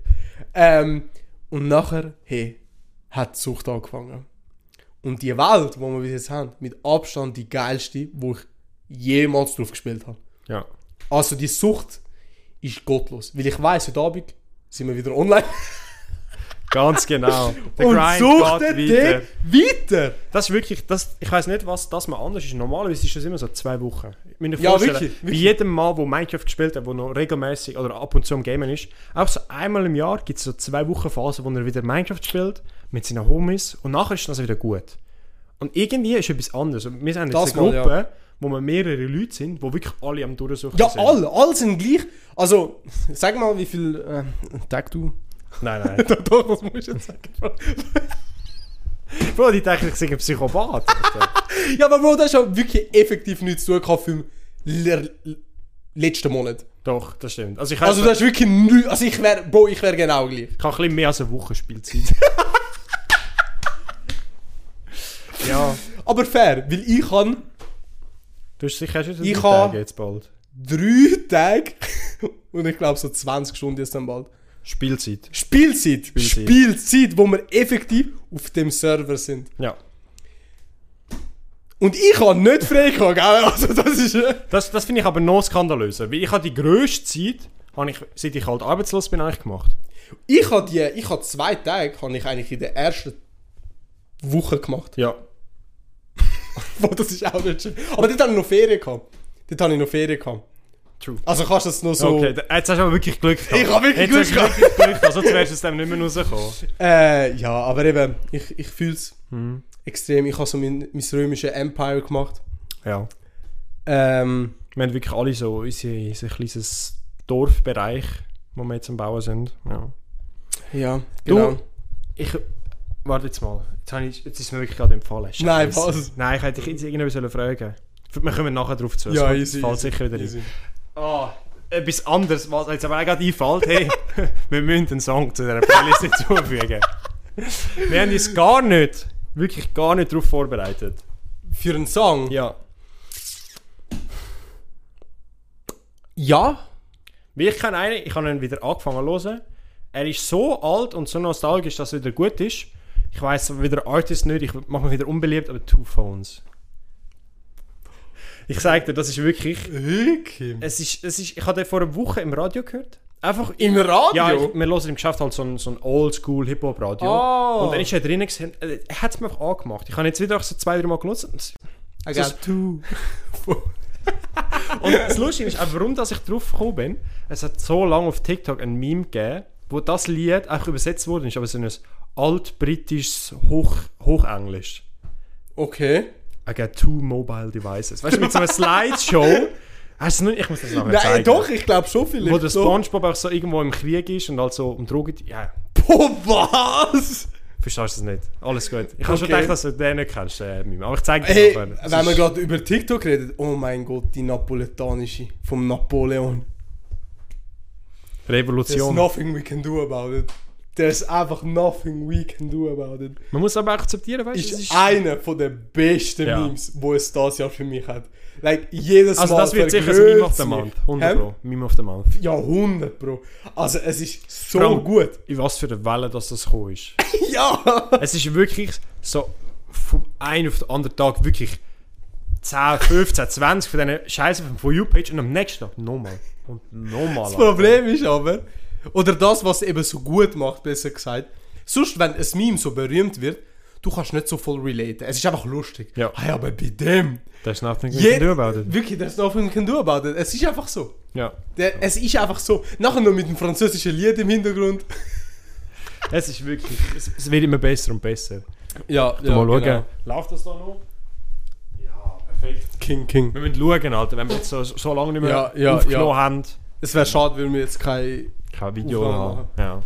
S3: Ähm, und nachher, hey, hat die Sucht angefangen. Und die Welt, die wir bis jetzt haben, mit Abstand die geilste, wo ich jemals drauf gespielt habe.
S4: Ja.
S3: Also die Sucht ist gottlos. Weil ich weiß heute Abend sind wir wieder online.
S4: Ganz genau.
S3: und
S4: geht
S3: suchtet
S4: weiter.
S3: dich weiter.
S4: Das ist wirklich, das, ich weiß nicht, was das mal anders ist. Normalerweise ist das immer so zwei Wochen. Ich muss mir
S3: Ja,
S4: vorstellen,
S3: wirklich,
S4: Bei
S3: wirklich.
S4: jedem Mal, wo Minecraft gespielt hat, wo noch regelmäßig oder ab und zu am Gamen ist, auch so einmal im Jahr gibt es so zwei Wochen Phasen, wo er wieder Minecraft spielt mit seinen Homies und nachher ist das wieder gut. Und irgendwie ist etwas anderes. Und Wir sind jetzt
S3: Das
S4: eine
S3: mal,
S4: Gruppe, wo wir mehrere Leute sind, wo wirklich alle am Durchsuchen
S3: Ja,
S4: sind.
S3: alle, alle sind gleich. Also, sag mal, wie viel äh, Tag du.
S4: Nein, nein.
S3: Doch, das musst du jetzt sagen. Bro.
S4: Bro, die denken, ich sei ein Psychopath.
S3: Ja, aber Bro, das hat wirklich effektiv nichts zu tun gehabt für den le- le- letzten Monat.
S4: Doch, das stimmt. Also ich,
S3: Also
S4: ich
S3: das ist wirklich nichts. Also ich wäre, Bro, ich wäre genau gleich.
S4: habe ein bisschen mehr als eine Woche Spielzeit. ja.
S3: Aber fair, weil ich habe
S4: Du hast sicher schon
S3: Ich
S4: drei
S3: kann-
S4: Tage jetzt bald.
S3: drei Tage und ich glaube so 20 Stunden jetzt dann bald.
S4: Spielzeit.
S3: Spielzeit.
S4: Spielzeit.
S3: Spielzeit. wo wir effektiv auf dem Server sind.
S4: Ja.
S3: Und ich habe nicht frei gehabt, gell? Also das ist... äh,
S4: Das, das finde ich aber noch skandalöser, weil ich habe die grösste Zeit, habe ich, seit ich halt arbeitslos bin, eigentlich gemacht.
S3: Ich habe die, ich habe zwei Tage, habe ich eigentlich in der ersten Woche gemacht.
S4: Ja.
S3: Boah, das ist auch nicht schön. Aber dort habe ich noch Ferien gehabt. Dort habe ich noch Ferien gehabt.
S4: True.
S3: Also kannst du das noch so...
S4: Okay, da- jetzt hast du aber wirklich Glück gehabt.
S3: Ich habe wirklich
S4: Jetzt
S3: Glück
S4: hast du wirklich Glück gehabt, sonst wärst du aus dem nicht mehr rausgekommen.
S3: Äh, ja, aber eben, ich, ich fühle es
S4: Mhm.
S3: extrem. Ich habe so mein, mein römisches Empire gemacht.
S4: Ja.
S3: Ähm,
S4: Wir haben wirklich alle so unser, unser kleines Dorfbereich, wo wir jetzt am Bauen sind. Ja.
S3: Ja,
S4: Du-
S3: genau.
S4: Ich. Warte jetzt mal. Jetzt, habe ich, jetzt ist es mir wirklich gerade empfallen. Scheiße.
S3: Nein, was?
S4: Nein, ich hätte dich jetzt irgendwie sollen fragen sollen. Wir kommen nachher drauf zu.
S3: ja,
S4: es
S3: easy.
S4: fällt
S3: easy,
S4: sicher wieder
S3: easy.
S4: ein. Ah, etwas anderes, was jetzt aber auch gerade einfällt. Hey, wir müssen einen Song zu dieser Playlist hinzufügen. wir haben uns gar nicht, wirklich gar nicht darauf vorbereitet.
S3: Für einen Song?
S4: Ja.
S3: Ja.
S4: Weil ich kenne einen, ich habe ihn wieder angefangen zu hören. Er ist so alt und so nostalgisch, dass er wieder gut ist. Ich weiß wieder Artist nicht, ich mache mich wieder unbeliebt, aber Two Phones. Ich sage dir, das ist wirklich.
S3: Wirklich?
S4: Es ist, es ist, ich habe den vor einer Woche im Radio gehört. Einfach
S3: Im Radio?
S4: Ja, ich, wir hören im Geschäft halt so ein, so ein Oldschool-Hip-Hop-Radio.
S3: Ah.
S4: Und dann ist er drinnen gesehen, äh, er hat es mir auch angemacht. Ich habe jetzt wieder so zwei, drei Mal genutzt. Und
S3: I
S4: so
S3: got
S4: ein-
S3: two.
S4: Und das Lustige ist auch, warum dass ich drauf gekommen bin, es hat so lange auf TikTok ein Meme gegeben, wo das Lied auch übersetzt worden ist, aber so ein altbritisches Hoch, Hochenglisch.
S3: Okay.
S4: I got two mobile devices. Weißt du, mit so einer Slideshow. Hast du nicht, ich muss das nachher
S3: Nein,
S4: zeigen.
S3: doch, ich glaube schon vielleicht.
S4: Wo der
S3: doch.
S4: Spongebob auch so irgendwo im Krieg ist und also um Drogen. Ja,
S3: Boah, was?
S4: verstehst du das nicht. Alles gut. Ich habe schon
S3: Okay.
S4: gedacht, dass du den nicht kennst, äh, Meme. Aber ich zeige dir
S3: Hey,
S4: nachher.
S3: wenn wir gerade über TikTok reden, oh mein Gott, die napoletanische vom Napoleon. There's
S4: Revolution.
S3: nothing we can do about it. There's einfach nothing we can do about it.
S4: Man muss aber akzeptieren, weißt du?
S3: Ist,
S4: Also, es ist-
S3: einer von der besten
S4: Ja.
S3: Memes, wo es das Jahr für mich hat. Like, jedes
S4: Also
S3: Mal
S4: das wird sicher ein
S3: vergrößert
S4: Meme of the
S3: mich.
S4: Month. 100
S3: Hä?
S4: Pro. Meme of the Month.
S3: Ja, 100 Pro. Also es ist so
S4: Vor allem-
S3: gut.
S4: in was für eine Welle dass das gekommen ist.
S3: Ja!
S4: es ist wirklich so vom einen auf den anderen Tag wirklich 10, 15, 20 von diesen Scheiße von For You-Page und am nächsten Tag nochmal. Und nochmal.
S3: Das
S4: Alter.
S3: Problem ist aber, oder das, was eben so gut macht, besser gesagt, sonst, wenn ein Meme so berühmt wird, du kannst nicht so voll relaten. Es ist einfach lustig.
S4: Ja.
S3: Hey, aber bei dem,
S4: There's nothing we
S3: Je-
S4: can do about it.
S3: wirklich, there's nothing we can do about it. Es ist einfach so.
S4: Ja.
S3: Der, es ist einfach so. Nachher noch mit dem französischen Lied im Hintergrund.
S4: Es ist wirklich, es, es wird immer besser und besser.
S3: Ja,
S4: Ja, nou, mal schauen.
S3: genau.
S4: Läuft das da noch? Ja, perfekt.
S3: King, King.
S4: Wir müssen schauen, Alter, wenn wir jetzt so, so lange nicht mehr
S3: Ja, ja,
S4: aufgenommen
S3: ja.
S4: haben.
S3: Es wäre schade, wenn wir jetzt kein...
S4: Kein Video
S3: Aufnahmen
S4: haben.
S3: machen.
S4: Ja.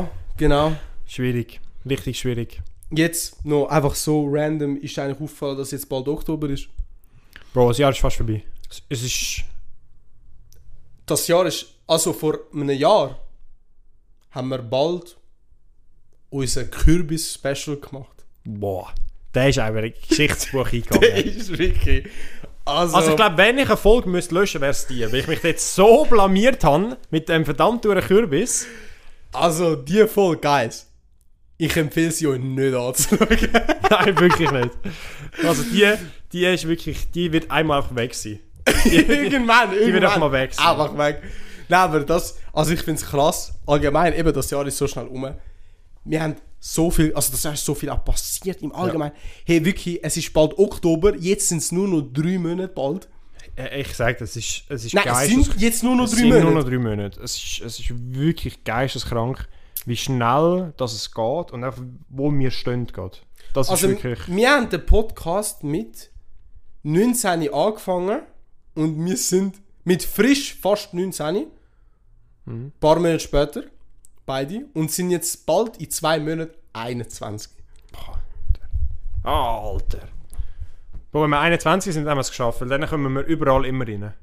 S3: Ja, genau.
S4: Schwierig. Richtig schwierig.
S3: Jetzt noch einfach so random ist eigentlich aufgefallen, dass jetzt bald Oktober ist.
S4: Bro, das Jahr ist fast vorbei. Es- Es ist...
S3: das Jahr ist, also vor einem Jahr, haben wir bald unser Kürbis-Special gemacht.
S4: Boah, der ist einfach in Geschichtsbuch eingegangen.
S3: ist wirklich. Also,
S4: Also ich glaube, wenn ich eine Folge müsste löschen wäre es dir, weil ich mich jetzt so blamiert habe mit dem verdammt duren Kürbis.
S3: also die Folge, Guys, ich empfehle sie euch nicht anzuschauen.
S4: Nein, wirklich nicht. Also die, die ist wirklich, die wird einmal einfach weg sein.
S3: irgendwann,
S4: Die wird
S3: irgendwann.
S4: einfach mal weg sein.
S3: Einfach weg. Nein, aber das, also ich finde es krass, allgemein, eben das Jahr ist so schnell um. Wir haben so viel, also das Jahr ist so viel auch passiert im Allgemeinen. Hey, wirklich, es ist bald Oktober, jetzt sind es nur noch drei Monate bald.
S4: Äh, Ich sage, es ist, es ist
S3: Nein, es sind jetzt nur noch
S4: es
S3: drei
S4: sind nur noch
S3: Monate.
S4: drei Monate. Es ist, es ist wirklich geisteskrank, wie schnell dass es geht und auch wo wir stehen geht. Das
S3: Also,
S4: ist wirklich...
S3: wir haben den Podcast mit 19 angefangen und wir sind mit frisch fast 19,
S4: Mhm.
S3: ein paar Monate später, beide, und sind jetzt bald in zwei Monaten 21.
S4: Alter. Wo wenn wir 21 sind, haben wir es geschafft, weil dann kommen wir überall immer rein.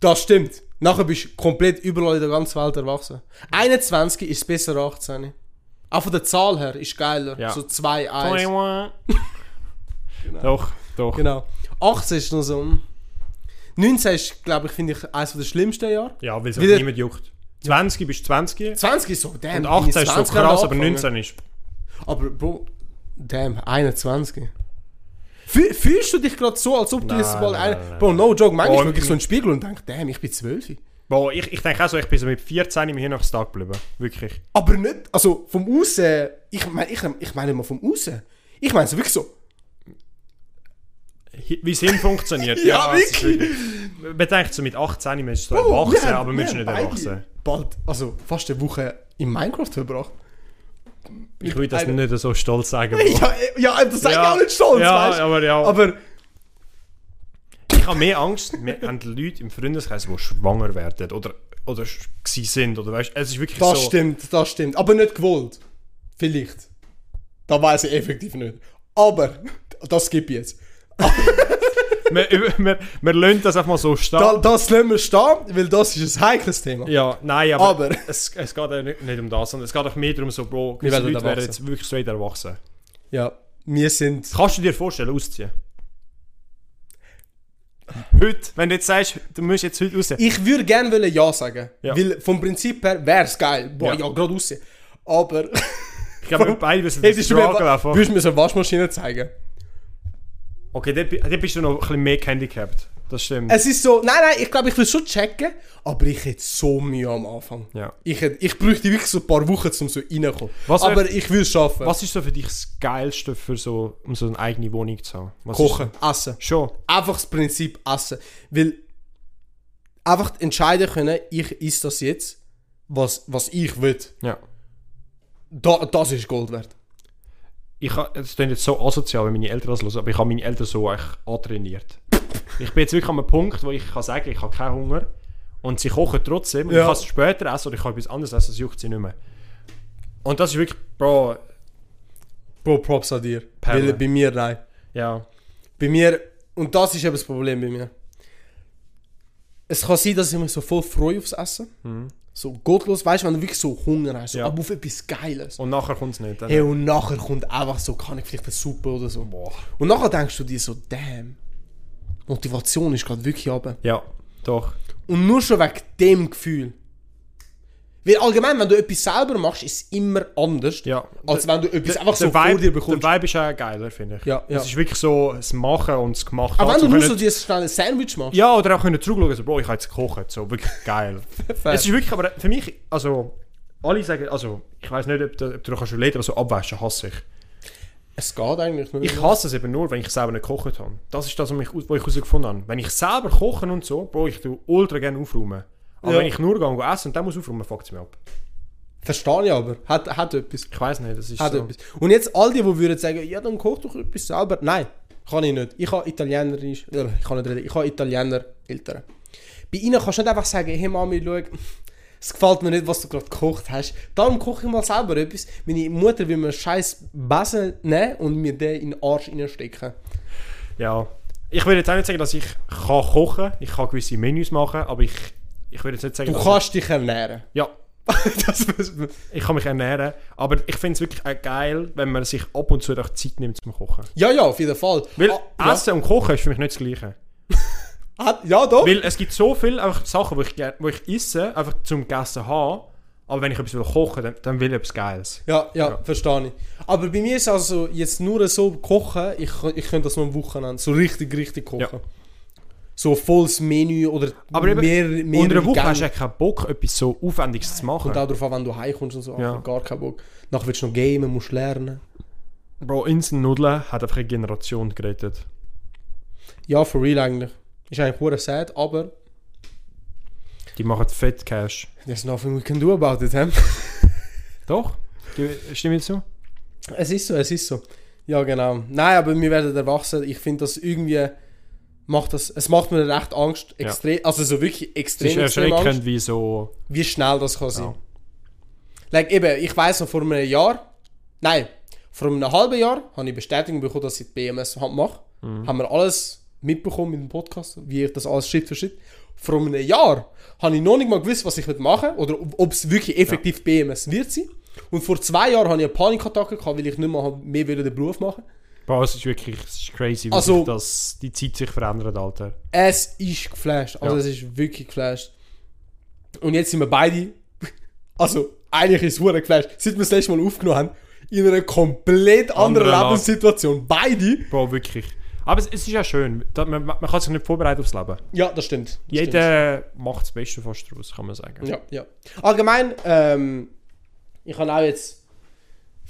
S3: Das stimmt. Nachher bist du komplett überall in der ganzen Welt erwachsen. 21 ist besser als 18. Auch von der Zahl her ist geiler.
S4: Ja.
S3: So 2, 1.
S4: 21. Doch, doch.
S3: Genau. 18 ist noch so. hm. 19 ist, glaube ich, finde ich, eines der schlimmsten Jahre.
S4: Ja, weil es
S3: Wieder-
S4: auch niemand juckt. 20 bist 20.
S3: 20 ist so, damn.
S4: Und 18 ist
S3: 20
S4: so krass, aber
S3: angefangen.
S4: 19 ist.
S3: Aber Bro, damn, 21. Fühl- Fühlst du dich gerade so, als ob du
S4: Nein,
S3: jetzt mal
S4: nein,
S3: ein...
S4: nein, nein.
S3: Bro, no joke, manchmal
S4: Boah,
S3: schaue ich
S4: ich-
S3: so in den Spiegel und denke, damn, ich bin 12.
S4: Boah, ich, ich denke auch so, ich bin so mit 14 im Hirnachstag geblieben. Wirklich.
S3: Aber nicht, also vom Aussen, ich meine ich, ich meine mal vom Aussen. Ich meine es wirklich so.
S4: Hi- Wie es hin funktioniert.
S3: Ja,
S4: es ist
S3: wirklich.
S4: Man denkt so mit 18, man ist so
S3: Bro, Oh, wir
S4: erwachsen,
S3: haben-
S4: aber man ist
S3: wir
S4: nicht
S3: haben beide
S4: erwachsen.
S3: Bald, also fast eine Woche in Minecraft verbracht.
S4: Ich würde das
S3: einer-
S4: nicht so stolz sagen. Bro.
S3: Ja, ja, das sage ich
S4: Ja.
S3: auch nicht stolz,
S4: ja,
S3: weißt du?
S4: aber ja.
S3: Aber
S4: ich habe mehr Angst, wir haben Leute im Freundeskreis, die schwanger werden oder, oder sch- gsi sind. Oder weißt, es ist wirklich
S3: Das
S4: so.
S3: stimmt, das stimmt. Aber nicht gewollt. Vielleicht. Da weiß ich effektiv nicht. Aber, das gibt jetzt.
S4: Wir, über- wir, wir lassen das einfach mal so stehen.
S3: Da, das lassen wir stehen, weil das ist ein heikles Thema.
S4: ja, nein, aber,
S3: Aber-
S4: es, es geht ja nicht, nicht um das, sondern es geht auch mehr darum, so, Bro,
S3: Wir
S4: gewisse
S3: werden
S4: Leute werden
S3: erwachsen.
S4: jetzt wirklich straight erwachsen.
S3: Ja, wir sind.
S4: Kannst du dir vorstellen, auszuziehen? Heute, wenn du jetzt sagst, du musst jetzt heute ausziehen.
S3: Ich würde gerne wollen Ja sagen.
S4: Ja.
S3: Weil vom Prinzip her wäre es geil. Boah, ja,
S4: Ja.
S3: gerade aussehen. Aber.
S4: Ich glaube, wir beide müssen das
S3: Hättest du mir,
S4: tragen einfach.
S3: würdest du mir so eine Waschmaschine zeigen?
S4: Okay, dort, bi- dort bist du noch ein bisschen mehr gehandicapt. Das stimmt.
S3: Es ist so, nein, nein, ich glaube, ich will schon checken, aber ich hätte so Mühe am Anfang.
S4: Ja.
S3: Ich, hätte, ich bräuchte wirklich so ein paar Wochen, um so reinzukommen.
S4: Was
S3: aber
S4: wär-
S3: ich will es schaffen.
S4: Was ist so für dich das Geilste, für so, um so eine eigene Wohnung zu haben? Was
S3: Kochen, essen.
S4: Ist, schon.
S3: Einfach das Prinzip essen. Weil einfach entscheiden können, ich esse das jetzt, was, was ich will.
S4: Ja.
S3: Da, das ist Gold wert.
S4: Ich ha- es klingt jetzt so asozial, wenn meine Eltern das hören, aber ich habe meine Eltern so eigentlich antrainiert. ich bin jetzt wirklich an einem Punkt, wo ich kann sagen, ich habe keinen Hunger und sie kochen trotzdem und
S3: Ja.
S4: ich kann es später essen oder ich kann etwas anderes essen, das juckt sie nicht mehr. Und das ist wirklich, Bro,
S3: Bro, Props an dir.
S4: Perle.
S3: Weil bei mir nein.
S4: ja.
S3: Bei mir, und das ist eben das Problem bei mir. Es kann sein, dass ich mich so voll freue aufs Essen. So gottlos, weißt du, wenn du wirklich so Hunger hast, so,
S4: Mhm. Ja.
S3: aber auf etwas Geiles.
S4: Und nachher kommt es nicht.
S3: Hey, und nachher kommt einfach so, kann ich vielleicht eine Suppe oder so. Und nachher denkst du dir so, damn, Motivation ist gerade wirklich runter.
S4: Ja, doch.
S3: Und nur schon wegen dem Gefühl. Weil allgemein, wenn du etwas selber machst, ist es immer anders,
S4: Ja.
S3: als wenn du etwas einfach so
S4: der,
S3: vor dir
S4: Vibe,
S3: bekommst.
S4: der Vibe ist auch geiler, finde ich.
S3: Ja, ja.
S4: Es ist wirklich so, das Machen und das Gemacht
S3: Aber wenn
S4: haben,
S3: du
S4: so
S3: nur
S4: können-
S3: so dieses schnelle Sandwich machst,
S4: Ja, oder auch können zurückschauen, so, Bro, ich habe jetzt gekocht, so, wirklich geil.
S3: Fair.
S4: es ist wirklich, aber für mich, also, alle sagen, also, ich weiß nicht, ob, du- ob du kannst überlegen, aber so abwaschen hasse ich.
S3: es geht eigentlich nicht.
S4: Ich hasse es eben nur, wenn ich selber nicht gekocht habe. Das ist das, was ich, was ich herausgefunden habe. Wenn ich selber koche und so, Bro, ich tue ultra gerne aufräumen. Aber
S3: Ja.
S4: wenn ich nur gehe essen und dann muss aufräumen, fuckt es mich ab.
S3: Verstehe ich aber. Hat, hat etwas.
S4: Ich weiß nicht, das ist
S3: Hat
S4: so.
S3: etwas. Und jetzt all die, die würden sagen, ja, dann koch doch etwas selber. Nein, kann ich nicht. Ich habe Italienerisch, äh, ich kann nicht reden, ich habe Italiener Eltern. Bei ihnen kannst du nicht einfach sagen, hey Mami, schau, es gefällt mir nicht, was du gerade gekocht hast. Darum koche ich mal selber etwas. Meine Mutter will mir einen scheiß Besen nehmen und mir den in den Arsch reinstecken.
S4: Ja. Ich würde jetzt auch nicht sagen, dass ich kann kochen kann. Ich kann gewisse Menüs machen, aber ich, ich würde jetzt nicht sagen,
S3: Du
S4: dass
S3: kannst dich ernähren.
S4: Ich, ja,
S3: das muss-
S4: Ich kann mich ernähren, aber ich finde es wirklich auch geil, wenn man sich ab und zu doch Zeit nimmt zum Kochen.
S3: ja, ja, auf jeden Fall.
S4: Weil
S3: ah,
S4: Essen und Kochen ist für mich nicht das Gleiche.
S3: ja, hat- ja, doch.
S4: Weil es gibt so viele einfach Sachen, wo ich, gerne- wo ich esse, einfach zum Gegessen haben, aber wenn ich etwas will kochen dann, dann will ich etwas Geiles.
S3: Ja, ja, verstehe ich. Aber bei mir ist also jetzt nur so kochen, ich, ich könnte das nur am Wochenende so richtig, richtig kochen.
S4: Ja.
S3: So volles Menü oder
S4: Aber eben,
S3: mehrere, mehrere
S4: unter einer Woche
S3: Gänge.
S4: hast du ja keinen Bock, etwas so Aufwendiges zu machen.
S3: Und auch darauf an, wenn du heimkommst und so,
S4: Ja.
S3: einfach gar keinen Bock. Nachher willst du noch gamen, musst lernen.
S4: Bro, Instant Nudeln hat einfach eine Generation gerettet.
S3: Ja, for real eigentlich. Ist eigentlich pure sad, aber
S4: Die machen fett Cash.
S3: there's nothing we can do about it, hä?
S4: Doch? Ge- Stimme ich zu?
S3: Es ist so, es ist so. Ja, genau. Nein, aber wir werden erwachsen. Ich finde das irgendwie macht das, es macht mir recht Angst, extrem, also so wirklich
S4: Es ist
S3: extrem, extrem Angst.
S4: erschreckend, wie so...
S3: wie schnell das kann sein. Like, eben, ich weiß noch vor einem Jahr, nein, vor einem halben Jahr habe ich Bestätigung bekommen, dass ich die BMS mache. Haben wir alles mitbekommen mit dem Podcast, wie ich das alles Schritt für Schritt. Vor einem Jahr habe ich noch nicht mal gewusst, was ich machen will oder ob- ob es wirklich effektiv BMS wird sein. Und vor zwei Jahren hatte ich eine Panikattacke, gehabt, weil ich nicht mehr, hab- mehr will den Beruf machen
S4: Bro, es ist wirklich es ist crazy, wie
S3: Also-
S4: sich das, die Zeit sich verändert, Alter.
S3: Es ist geflasht. Also
S4: Ja.
S3: es ist wirklich geflasht. Und jetzt sind wir beide. Also, eigentlich ist es hure geflasht. Seit wir das letzte Mal aufgenommen haben, in einer komplett anderen
S4: Andere Lage.
S3: Lebenssituation. Beide.
S4: Bro, wirklich. Aber es, es ist ja schön. Da, man, man man kann sich nicht vorbereiten aufs Leben.
S3: Ja, das stimmt. Das stimmt.
S4: Jeder macht das Beste fast draus, kann man sagen.
S3: Ja, ja. Allgemein, ähm, ich kann auch jetzt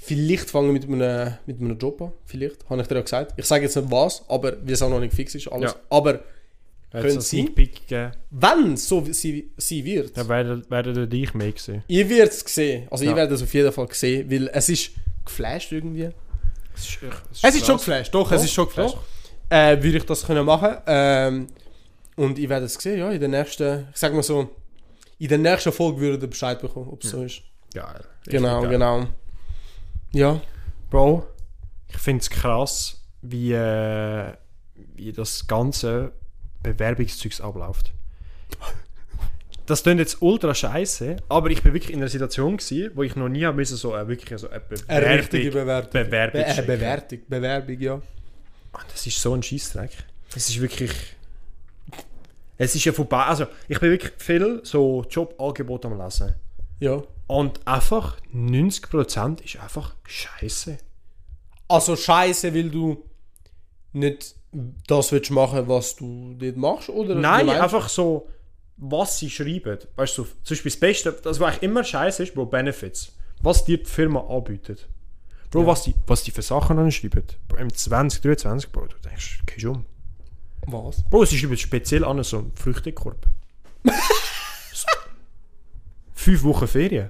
S3: vielleicht fangen mit einem, mit einem Job an. Vielleicht, habe ich dir ja gesagt. Ich sage jetzt nicht was, aber wie es auch noch nicht fix ist, alles.
S4: Ja.
S3: Aber
S4: Hat's
S3: Können
S4: einen
S3: Sie?
S4: Sneak Peek gegeben,
S3: wenn es so sie, sie wird.
S4: dann werden, werden ihr dich mehr sehen.
S3: Ihr werdet es sehen. Also ihr
S4: Ja.
S3: werdet es auf jeden Fall sehen, weil es ist geflasht irgendwie.
S4: Es ist,
S3: Es ist schon geflasht, doch, es
S4: Doch,
S3: ist schon geflasht.
S4: doch.
S3: Äh, würde ich das können machen. Ähm, Und ich werde es sehen, ja, in der nächsten, ich sag mal so, in der nächsten Folge würde ihr Bescheid bekommen, ob es so ist.
S4: Geil. Richtig
S3: Genau,
S4: geil.
S3: genau. Ja,
S4: Bro, ich finde es krass, wie, äh, wie das ganze Bewerbungszeug abläuft. Das klingt jetzt ultra scheiße, aber ich bin wirklich in einer Situation gewesen, wo ich noch nie habe müssen, so äh, wirklich so eine Bewerbung,
S3: eine richtige Bewertung.
S4: Bewerbung
S3: Be äh,
S4: schicken.
S3: Bewertung, Bewerbung, ja.
S4: Mann, das ist so ein Scheißdreck. Es ist wirklich. Es ist ja vorbei. Also, ich bin wirklich viel so Jobangebote am Lesen.
S3: Ja.
S4: Und einfach 90% ist einfach scheiße.
S3: Also scheiße, weil du nicht das willst machen, was du dort machst, oder?
S4: Nein,
S3: Wie meinst du?
S4: einfach so, was sie schreiben. Weißt du, zum Beispiel das Beste, das was eigentlich immer scheiße ist, Bro, Benefits. Was dir die Firma anbietet. Bro, was, die, was die für Sachen anschreiben. Bro, Im 2023, Bro, du denkst, gehst um.
S3: Was?
S4: Bro, sie schreiben speziell an so einen Früchtekorb. So. fünf Wochen Ferien.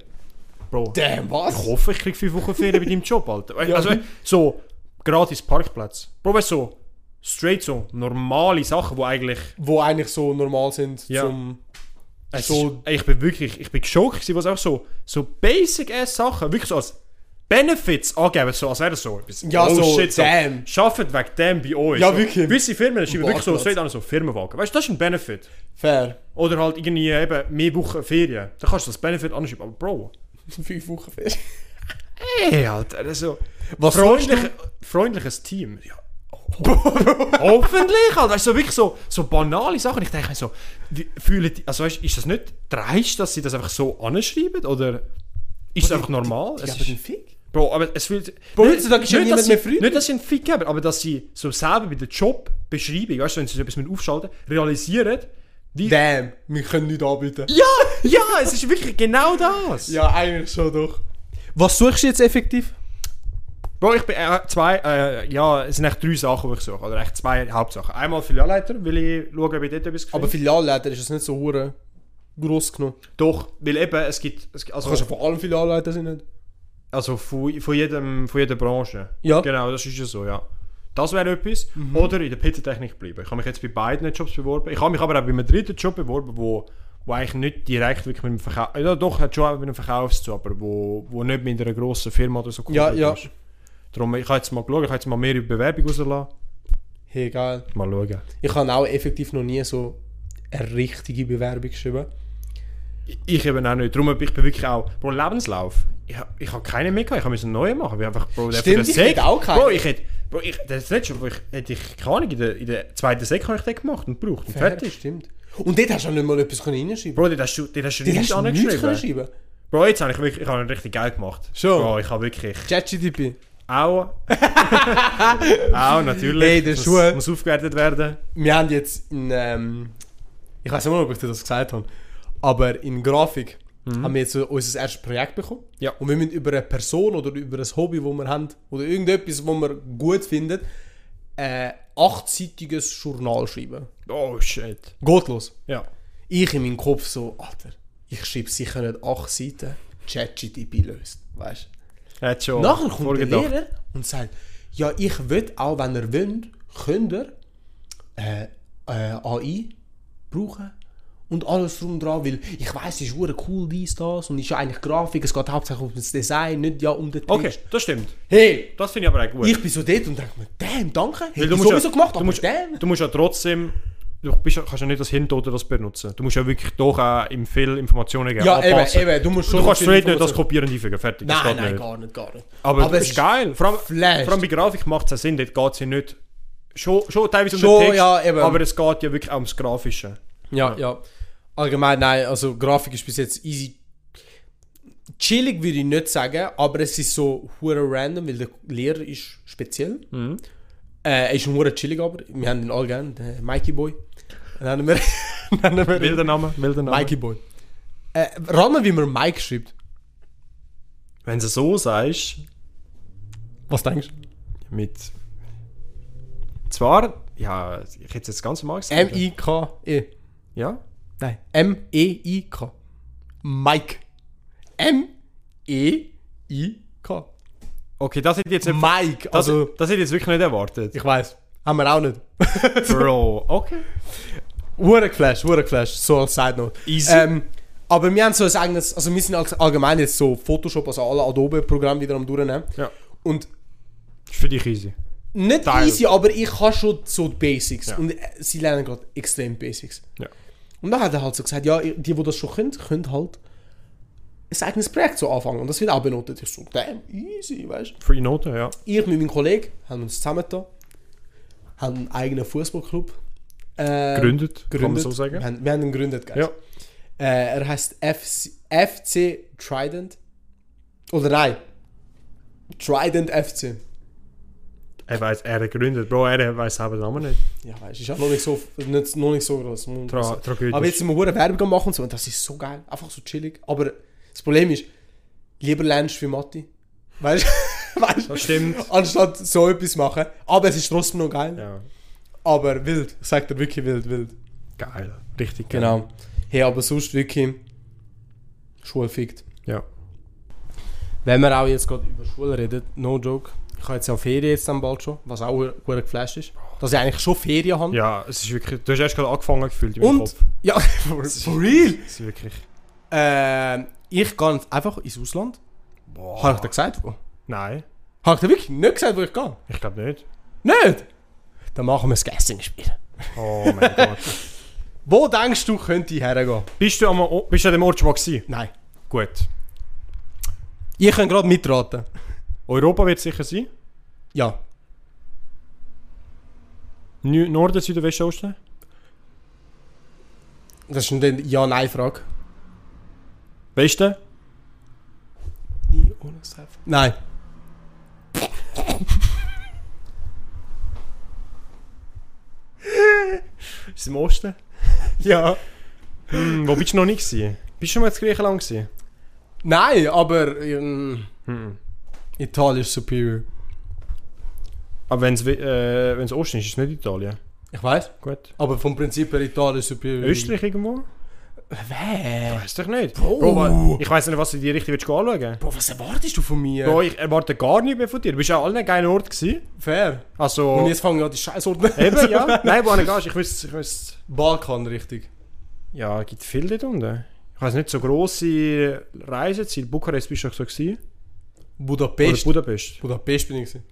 S4: Bro,
S3: Damn,
S4: ich
S3: was?
S4: hoffe, ich krieg fünf Wochen Ferien bei deinem Job, Alter. Weißt, also, so, gratis Parkplatz. Bro, weißt du, so, straight so, normale Sachen, die eigentlich...
S3: Wo eigentlich so normal sind
S4: Ja.
S3: zum...
S4: Es
S3: So-
S4: ist, ich bin wirklich, ich bin geschockt gewesen, was auch so, so basic ass Sachen, wirklich so als Benefits angeben, so als wäre das so etwas.
S3: Ja, so, damn.
S4: Arbeitet wegen dem bei uns.
S3: Ja,
S4: so.
S3: wirklich.
S4: Gewisse Firmen schreiben wirklich so,
S3: Parkplatz.
S4: straight an so Firmenwagen. Weißt du, das ist ein Benefit.
S3: Fair.
S4: Oder halt eh, irgendwie eben mehr Wochen Ferien. Da kannst du das Benefit anschreiben, aber Bro.
S3: Fünf Wochen fest.
S4: Ey, Alter, also.
S3: Was
S4: Freundlich, freundliches Team. Ja. Hoffentlich, Alter. Weißt du, so wirklich so, so banale Sachen. Ich denke mir so, wie, fühlen die, also weißt, ist das nicht dreist, dass sie das einfach so anschreiben? Oder ist es einfach normal?
S3: Ja,
S4: Es
S3: aber den
S4: ist,
S3: Fick?
S4: Bro, aber es fühlt.
S3: Bro, heutzutage ist ja
S4: dass
S3: niemand
S4: sie-
S3: mehr freundlich.
S4: Nicht, dass sie einen Fick geben, aber dass sie so selber bei der Jobbeschreibung, weißt du, wenn sie so etwas mit aufschalten, realisieren, wie.
S3: Damn, wir können nichts anbieten.
S4: Ja, ja, es ist wirklich genau das.
S3: Ja, eigentlich schon doch. Was suchst du jetzt effektiv?
S4: Bro, ich bin äh, zwei, äh, ja, es sind echt drei Sachen, die ich suche. Oder echt zwei Hauptsachen. Einmal Filialleiter, weil ich schauen, ob ich dort etwas
S3: Aber
S4: finde.
S3: Filialleiter ist das nicht so hure gross genommen.
S4: Doch, weil eben, es gibt, es gibt
S3: Du kannst ja
S4: also,
S3: von allen Filialleiter sein. nicht?
S4: also von, von, jedem, von jeder Branche.
S3: Ja.
S4: Genau, das ist ja Mhm. so, ja. Das wäre etwas. Oder in der Pizzatechnik bleiben. Ich habe mich jetzt bei beiden Jobs beworben. Ich habe mich aber auch bei einem dritten Job beworben, wo, wo eigentlich nicht direkt wirklich mit dem Verkauf... Ja, doch, hat schon auch mit dem Verkauf zu tun, aber wo, wo nicht mit einer grossen Firma oder so
S3: Ja, ja.
S4: ist. Darum, ich habe jetzt mal geschaut, ich habe jetzt mal mehrere Bewerbungen rausgelassen.
S3: Hey, geil.
S4: Mal schauen.
S3: Ich habe auch effektiv noch nie so eine richtige Bewerbung geschrieben.
S4: Ich eben auch nicht. Darum bin ich bin wirklich auch. Bro, Lebenslauf. Ich, hab- ich habe keine mehr gehabt. Ich musste einen neuen machen. Wir einfach, Bro, der
S3: Stimmt,
S4: für den
S3: ich hätte auch keinen.
S4: Bro, ich hätte. Bro, ich, das letzte Mal, ich, hätte ich keine Ahnung, in der, in der zweiten Sek habe ich den gemacht und gebraucht. Und
S3: Ja,
S4: fertig.
S3: Stimmt. Und dort hast du auch nicht mal etwas können reinschreiben
S4: Bro, den hast du, den hast du
S3: Dort
S4: nicht
S3: hast du nichts können
S4: angeschrieben.
S3: schreiben
S4: Bro, jetzt habe ich wirklich ich habe ihn richtig geil gemacht.
S3: Schon?
S4: Bro, ich habe wirklich.
S3: ChatGTP.
S4: Auch. auch, natürlich.
S3: Hey, der
S4: muss,
S3: Schuh.
S4: muss aufgewertet werden.
S3: Wir haben jetzt in, ähm, ich weiß nicht mal, ob ich dir das gesagt habe, aber in Grafik haben wir jetzt so unser erstes Projekt bekommen.
S4: Ja.
S3: Und wir müssen über eine Person oder über ein Hobby, das wir haben, oder irgendetwas, das wir gut finden, ein achtseitiges Journal schreiben.
S4: Oh shit.
S3: Geht los.
S4: Ja.
S3: Ich in meinem Kopf so, Alter, ich schreibe sicher nicht acht Seiten, ChatGTP löst. Weißt du?
S4: Hat schon.
S3: Nachher kommt
S4: vorgedacht.
S3: der Lehrer und sagt, ja, ich will auch, wenn ihr wollt, könnt ihr äh, äh, AI brauchen und alles drum dran, weil ich weiß, es ist hure cool dies, das und es ist ja eigentlich Grafik, es geht hauptsächlich um das Design, nicht ja um den Text.
S4: Okay, das stimmt.
S3: Hey,
S4: Das finde ich aber auch gut.
S3: ich bin so dort und denke mir, damn, danke, hätte
S4: Weil
S3: ich sowieso
S4: ja,
S3: gemacht,
S4: du
S3: aber
S4: musst,
S3: damn.
S4: du musst ja trotzdem, du bist, ja- kannst ja nicht das Hirn oder das benutzen. Du musst ja wirklich doch auch im viel Informationen geben.
S3: Ja, eben,
S4: anpassen.
S3: eben, du musst schon...
S4: Du kannst
S3: viel
S4: straight nicht das
S3: Information-
S4: kopieren einfügen, fertig. das
S3: Nein,
S4: geht
S3: nein,
S4: nicht.
S3: gar nicht, gar nicht.
S4: Aber, das ist
S3: es-
S4: geil. Vor allem,
S3: flasht.
S4: vor allem bei Grafik macht es ja Sinn, dort geht es ja nicht. Schon, schon teilweise um
S3: Schon,
S4: den Text,
S3: ja, eben.
S4: aber es geht ja wirklich auch ums Grafische.
S3: Ja, ja. Allgemein, nein, also Grafik ist bis jetzt easy. Chillig würde ich nicht sagen, aber es ist so hure random, weil der Lehrer ist speziell. Äh, er ist ein hure chillig, aber wir haben ihn alle gern, den Mikey Boy. Nennen wir, nennen wir ihn
S4: Wilder Name, wilder Name.
S3: Mikey Boy. Äh, rat mal, wie man Mike schreibt.
S4: Wenn du so sagst,
S3: Was denkst du?
S4: mit. Zwar, ja, ich hätte es jetzt ganz normal gesagt.
S3: M-I-K-E.
S4: Ja?
S3: Nein, M-E-I-K. E Mike. E M-E-I-K.
S4: Okay, das hätte ich jetzt nicht.
S3: Mike,
S4: Das,
S3: also...
S4: das hätte ich jetzt wirklich nicht erwartet.
S3: Ich weiß. Haben wir auch nicht.
S4: Bro, okay.
S3: Hure geflasht, hure geflasht, so als Side Note.
S4: Easy.
S3: Ähm, aber wir haben so ein eigenes, also wir sind als allgemein jetzt so Photoshop, also alle Adobe-Programme wieder am durchnehmen.
S4: Ja.
S3: Und
S4: Ist für dich easy.
S3: nicht
S4: Teil.
S3: easy, aber ich kann schon so die Basics.
S4: Ja.
S3: Und äh, sie lernen gerade extrem Basics.
S4: Ja.
S3: Und dann hat er halt so gesagt, ja, ihr- die, die das schon können, können halt ein eigenes Projekt so anfangen. Und das wird auch benotet. Ich so, damn, easy, weißt du.
S4: Free Noten, ja.
S3: Ich mit meinem Kollegen haben uns zusammengetan, haben einen eigenen Fußballclub äh,
S4: Gründet, kann man
S3: gegründet.
S4: so sagen.
S3: Wir haben, wir haben ihn gegründet, guys.
S4: Ja.
S3: Äh, er heißt FC, FC Trident. Oder nein. Trident FC.
S4: Er weiß, er hat gegründet. Bro, er weiß selber den Namen nicht.
S3: Ja, weißt du, ist auch noch nicht so, nicht, noch nicht so groß.
S4: Tra Tragödisch.
S3: Aber jetzt sind wir hure Werbung am machen und so, und das ist so geil. Einfach so chillig. Aber das Problem ist, lieber lernst du wie Matti. Weißt du? Weißt du?
S4: Das stimmt.
S3: Anstatt so etwas machen. Aber es ist trotzdem noch geil.
S4: Ja.
S3: Aber wild. Ich sag dir wirklich wild, wild.
S4: Geil. Richtig geil.
S3: Genau. Hey, aber sonst wirklich. Schule fickt.
S4: Ja.
S3: Wenn wir auch jetzt gerade über Schule reden, no joke. Ich habe jetzt auch Ferien jetzt dann bald schon, was auch hure- hure geflasht ist. Dass ich eigentlich schon Ferien habe.
S4: Ja, es ist wirklich. Du hast erst gerade angefangen gefühlt in meinem
S3: und.
S4: Kopf.
S3: Ja, for, for real.
S4: Es ist wirklich.
S3: Ähm, ich gehe jetzt einfach ins Ausland.
S4: Boah.
S3: Habe ich dir gesagt, wo?
S4: Nein,
S3: Habe ich dir wirklich nicht gesagt, wo ich gehe?
S4: ich glaube nicht.
S3: Nicht? Dann machen wir das Guessing-Spiel.
S4: Oh mein Gott.
S3: Wo denkst du, könnte ich hergehen?
S4: Bist du, am, O- bist du an dem Ort schon mal gewesen?
S3: Nein.
S4: Gut.
S3: Ich kann gerade mitraten.
S4: Europa wird sicher sein.
S3: Ja.
S4: Nü- Norden, Süden, Westen, Osten?
S3: Das ist eine Ja-Nein-Frage.
S4: Westen?
S3: Nie ohne Seife. Nein.
S4: Ist im Osten?
S3: Ja.
S4: Hm, wo bist du noch nicht gewesen? Bist du schon mal in Griechenland gewesen?
S3: Nein, aber ähm,
S4: Hm.
S3: Italien ist superior.
S4: Aber wenn es äh, wenn's Osten ist, ist es nicht Italien.
S3: Ich weiß.
S4: Gut.
S3: Aber vom Prinzip her Italien ist superior.
S4: Äh, Österreich irgendwo?
S3: Wer?
S4: Weiß doch nicht. Bro, wa- ich weiß nicht, was du in die Richtung willst anschauen willst.
S3: Bro, was erwartest du von mir?
S4: Bro, ich erwarte gar nichts mehr von dir. Du bist ja an allen geilen Orten gewesen.
S3: Fair.
S4: Also...
S3: Und jetzt fangen ja die Scheißordnung
S4: Eben, ja. Nein, wo du gehst, ich wüsste... Ich wüsste
S3: Balkan, richtig.
S4: Ja, gibt viel dort unten. Ich weiß nicht, so grosse Reiseziele. Bukarest bist du doch so gewesen. Oder
S3: Budapest.
S4: Budapest.
S3: Budapest bin ich. gewesen.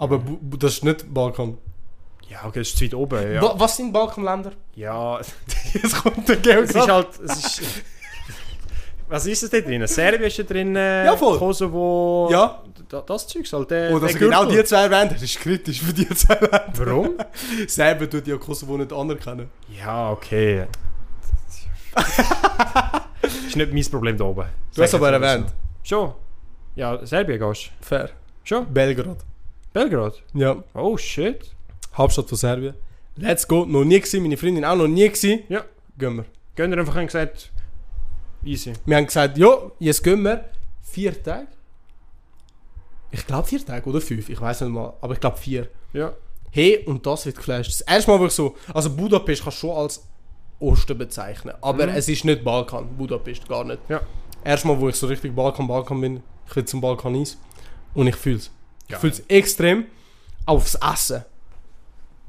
S3: Aber Bu Bu- das ist nicht Balkan.
S4: Ja, okay, das ist zu weit oben, ja.
S3: Wa- Was sind Balkanländer?
S4: Ja, es
S3: Jetzt kommt der Geld.
S4: ist halt... Es ist, was ist das da drin? Serbien ist da drin,
S3: Ja, voll.
S4: Kosovo...
S3: Ja.
S4: Da, das Zeugs halt, der
S3: Oh, das
S4: der
S3: genau
S4: Gürtel.
S3: die zwei Länder. Das ist kritisch für die zwei Länder.
S4: Warum?
S3: Selber tut ja Kosovo nicht anerkennen.
S4: Ja, okay. ist nicht mein Problem da oben.
S3: Du hast
S4: Sag
S3: aber
S4: jetzt mal so.
S3: erwähnt.
S4: Schon. Ja, Serbien gehst
S3: Fair.
S4: du. Schon.
S3: Belgrad.
S4: Belgrad.
S3: Ja.
S4: Oh, shit.
S3: Hauptstadt von Serbien. Let's go. Noch nie gewesen, meine Freundin auch noch nie gewesen.
S4: Ja.
S3: Gehen wir.
S4: Gönner einfach haben gesagt... Easy.
S3: Wir haben gesagt, ja, jetzt gehen wir. Vier Tage. Ich glaube vier Tage oder fünf. Ich weiß nicht mal. Aber ich glaube vier.
S4: Ja.
S3: Hey, und das wird geflasht. Das erste Mal, wo ich so. Also, Budapest kannst du schon als Osten bezeichnen. Aber es ist nicht Balkan. Budapest, gar nicht.
S4: Mhm. Ja.
S3: Erstmal, wo ich so richtig Balkan, Balkan bin, ich will zum Balkan eins. Und ich fühle es. Ich
S4: Geil.
S3: fühle es extrem. Aufs Essen.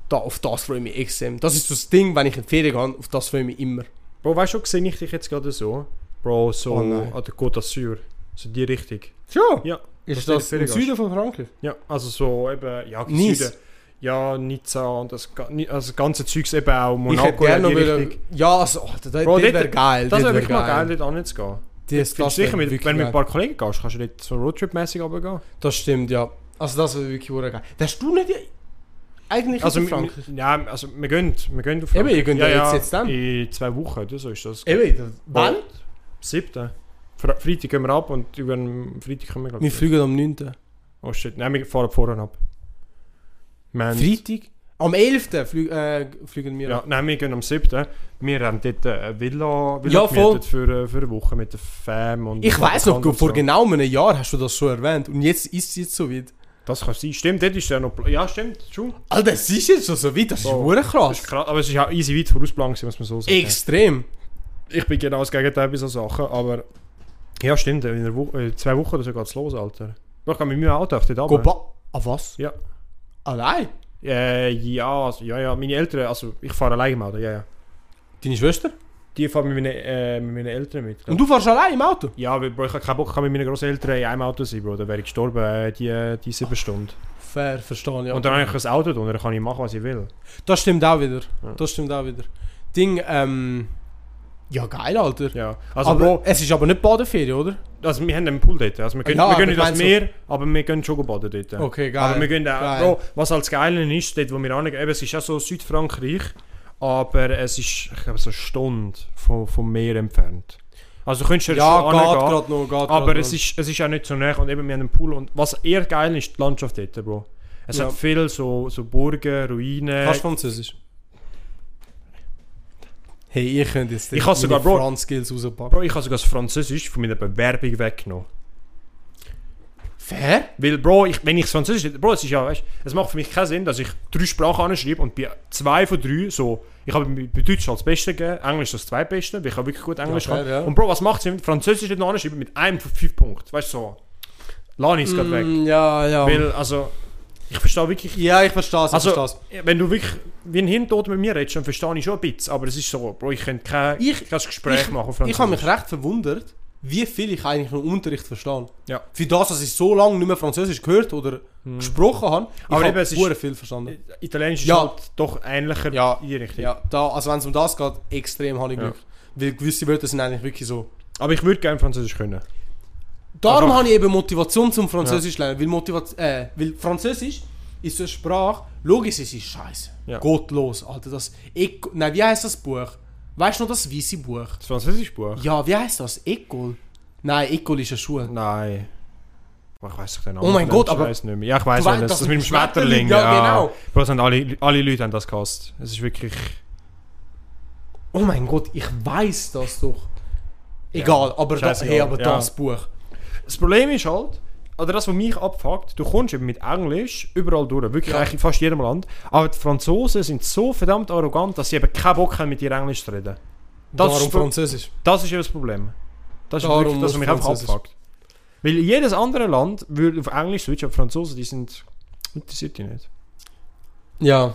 S3: Da, auf das freue ich mich extrem. Das ist so das Ding, wenn ich in die Ferien gehe, auf das freue ich mich immer.
S4: Bro, weißt du, sehe ich dich jetzt gerade so? Bro, so
S3: Oh nein.
S4: an der Côte d'Azur. So die Richtung.
S3: Ja.
S4: Ja.
S3: Ist
S4: du in die
S3: das
S4: Ferien
S3: im
S4: gehst.
S3: Süden von Frankreich?
S4: Ja, also so eben, ja,
S3: Nice.
S4: Süden. Ja, Nizza und das, ga- ni- also das ganze Zeugs eben auch,
S3: ich
S4: Monaco
S3: hätte gerne noch
S4: in die
S3: wieder.
S4: Richtung.
S3: Ja, also, oh, das, das
S4: Bro, dort-
S3: wäre geil.
S4: Das wäre
S3: dort
S4: wirklich mal geil, dort anzugehen.
S3: Das,
S4: Findest
S3: das,
S4: du sicher,
S3: wär
S4: mit,
S3: wirklich
S4: wenn du mit
S3: geil.
S4: ein paar Kollegen gehst, kannst du dort so Roadtrip-mäßig runtergehen.
S3: Das stimmt, ja. Also das wäre wirklich hure geil. Das hast du nicht eigentlich
S4: Also,
S3: in
S4: wir-
S3: Frankreich?
S4: wir- ja, also wir gehen, wir gehen auf
S3: Eben, ihr geht
S4: ja,
S3: ja
S4: ja,
S3: jetzt- jetzt dann.
S4: In zwei Wochen, oder so ist das.
S3: Eben, das- wann?
S4: Bald. Siebten. Fre Freitag gehen wir ab und über den Freitag können wir, glaub
S3: Wir
S4: ich,
S3: fliegen am 9.
S4: Oh shit, nein, wir fahren vorher ab. Wir haben-
S3: Freitag? Am 11. Flü äh, fliegen wir
S4: ja,
S3: ab.
S4: nein, wir gehen am 7. Wir haben dort äh, eine Villa, Villa
S3: Ja, voll.
S4: gemietet für, äh, für eine Woche mit der Fam und...
S3: Ich weiß noch,
S4: und
S3: vor
S4: so.
S3: genau einem Jahr hast du das schon erwähnt und jetzt ist es jetzt so weit.
S4: Das kann sein. Stimmt, dort ist ja noch... Pla- Ja, stimmt, schon.
S3: Alter, es ist jetzt schon so weit, das ist
S4: Oh,
S3: hure
S4: Das
S3: krass.
S4: ist krass, aber es ist ja easy weit vorausplant gewesen, muss man so sagen.
S3: Extrem.
S4: Ich bin genau das Gegenteil bei solchen Sachen, aber... Ja, stimmt, in einer Wo äh, zwei Wochen oder so geht es los, Alter. Ich kann mit meinem Auto auf den
S3: Go
S4: Abend.
S3: ba ah, was?
S4: Ja.
S3: Allein?
S4: Äh, ja, also, ja, ja, meine Eltern, also ich fahre alleine im Auto, ja, ja.
S3: Deine Schwester?
S4: Die fahren mit meinen, äh, mit meinen Eltern mit.
S3: Und du fährst allein im Auto?
S4: Ja, weil, Bro, ich habe keinen Bock, ich kann mit meinen Großeltern in einem Auto sein, Bro. Dann wäre ich gestorben, äh, die, die sieben Stunden.
S3: Fair, verstehe ich.
S4: Und dann habe ich ein Auto drunter, dann kann ich machen, was ich will.
S3: Das stimmt auch wieder. Das stimmt auch wieder. Ding, ähm... Ja, geil, Alter.
S4: Ja. Also,
S3: aber
S4: Bro,
S3: es ist aber nicht Badeferien, oder?
S4: also wir haben einen Pool dort. Also wir gehen,
S3: Ja,
S4: wir
S3: aber
S4: gehen nicht ans
S3: meinst du-
S4: Meer, aber wir gehen schon baden dort.
S3: Okay, geil.
S4: Aber wir gehen auch,
S3: Geil.
S4: Bro, was als Geile ist, dort wo wir angehen, eben, es ist auch so Südfrankreich, aber es ist, ich glaube, so eine Stunde vom, vom Meer entfernt. Also könntest du
S3: Ja,
S4: schon
S3: geht
S4: angehen,
S3: gerade noch, geht
S4: aber
S3: grad
S4: es
S3: noch.
S4: ist, es ist auch nicht so nah und eben, wir haben einen Pool und was eher geil ist, die Landschaft dort, Bro. Es
S3: Ja.
S4: hat viel so, so Burgen, Ruinen.
S3: Kannst du Französisch? Hey, ich könnte jetzt
S4: Ich kann sogar, Bro.
S3: Franz-Skills rauspacken.
S4: Bro, ich habe sogar das Französisch von meiner Bewerbung weggenommen.
S3: Fair?
S4: Weil, Bro, ich, wenn ich Französisch. Bro, es ist ja, weißt es macht für mich keinen Sinn, dass ich drei Sprachen anschreibe und bei zwei von drei so. Ich habe bei bei Deutsch als Beste gegeben, Englisch als Zweitbeste, weil ich auch wirklich gut Englisch
S3: Ja, fair,
S4: kann.
S3: ja.
S4: Und Bro, was macht es, wenn ich Französisch nicht noch anschreibe mit einem von fünf Punkten? Weißt du, so. Lani ist gerade weg.
S3: Mm, ja, ja.
S4: Weil, also. Ich verstehe wirklich.
S3: ja, ich verstehe es, ich
S4: Also,
S3: verstehe es.
S4: wenn du wirklich wie ein Hirntod mit mir redest, dann verstehe ich schon ein bisschen. Aber es ist so, Bro, ich könnte kein,
S3: Ich-
S4: kein Gespräch machen auf Französisch.
S3: Ich habe mich recht verwundert, wie viel ich eigentlich im Unterricht verstehe.
S4: Ja. Hm.
S3: Für das, dass ich so lange nicht mehr Französisch gehört oder gesprochen habe, ich
S4: Aber eben,
S3: habe
S4: es ist-
S3: sehr viel verstanden.
S4: Italienisch ist
S3: Ja.
S4: halt doch ähnlicher
S3: Ja.
S4: in die Richtung.
S3: Ja, da, also wenn es um das geht, extrem habe ich Glück. Weil gewisse Wörter sind eigentlich wirklich so.
S4: Aber ich würde gerne Französisch können.
S3: Darum
S4: Einfach-
S3: habe ich eben Motivation zum Französisch lernen, weil, Motiva- äh, weil Französisch ist so eine Sprache, logisch, es ist scheiße.
S4: Ja.
S3: Gottlos, Alter. Das Eko, nein, wie heißt das Buch? Weißt du noch das weiße Buch?
S4: Das französische Buch?
S3: Ja, wie heißt das? Ecole? Nein, Ecole ist eine Schule.
S4: Nein. Ich weiß doch den Namen.
S3: Oh mein
S4: nicht.
S3: Gott,
S4: ich
S3: aber-
S4: Weiß nicht mehr. Ja, ich weiß
S3: Du
S4: auch
S3: weißt,
S4: nicht.
S3: dass
S4: Das, mit dem Schmetterling.
S3: Schmetterling, ja, genau.
S4: Bro, das haben alle, alle Leute haben das gehasst. Es ist wirklich.
S3: Oh mein Gott, ich weiß das doch. Egal, aber, da,
S4: scheißegal,
S3: hey, aber
S4: ja.
S3: das Buch.
S4: Das Problem ist halt, oder das, was mich abfuckt, du kommst eben mit Englisch überall durch. Wirklich eigentlich in fast jedem Land. Aber die Franzosen sind so verdammt arrogant, dass sie eben keinen Bock haben, mit dir Englisch zu reden. Das
S3: Darum
S4: ist Pro-
S3: Französisch.
S4: Das ist eben das Problem. Das ist
S3: Darum
S4: wirklich das, was
S3: muss
S4: mich einfach
S3: Französisch.
S4: abfuckt. Weil jedes andere Land würde auf Englisch switchen, aber die Franzosen, die sind. interessiert die nicht.
S3: Ja,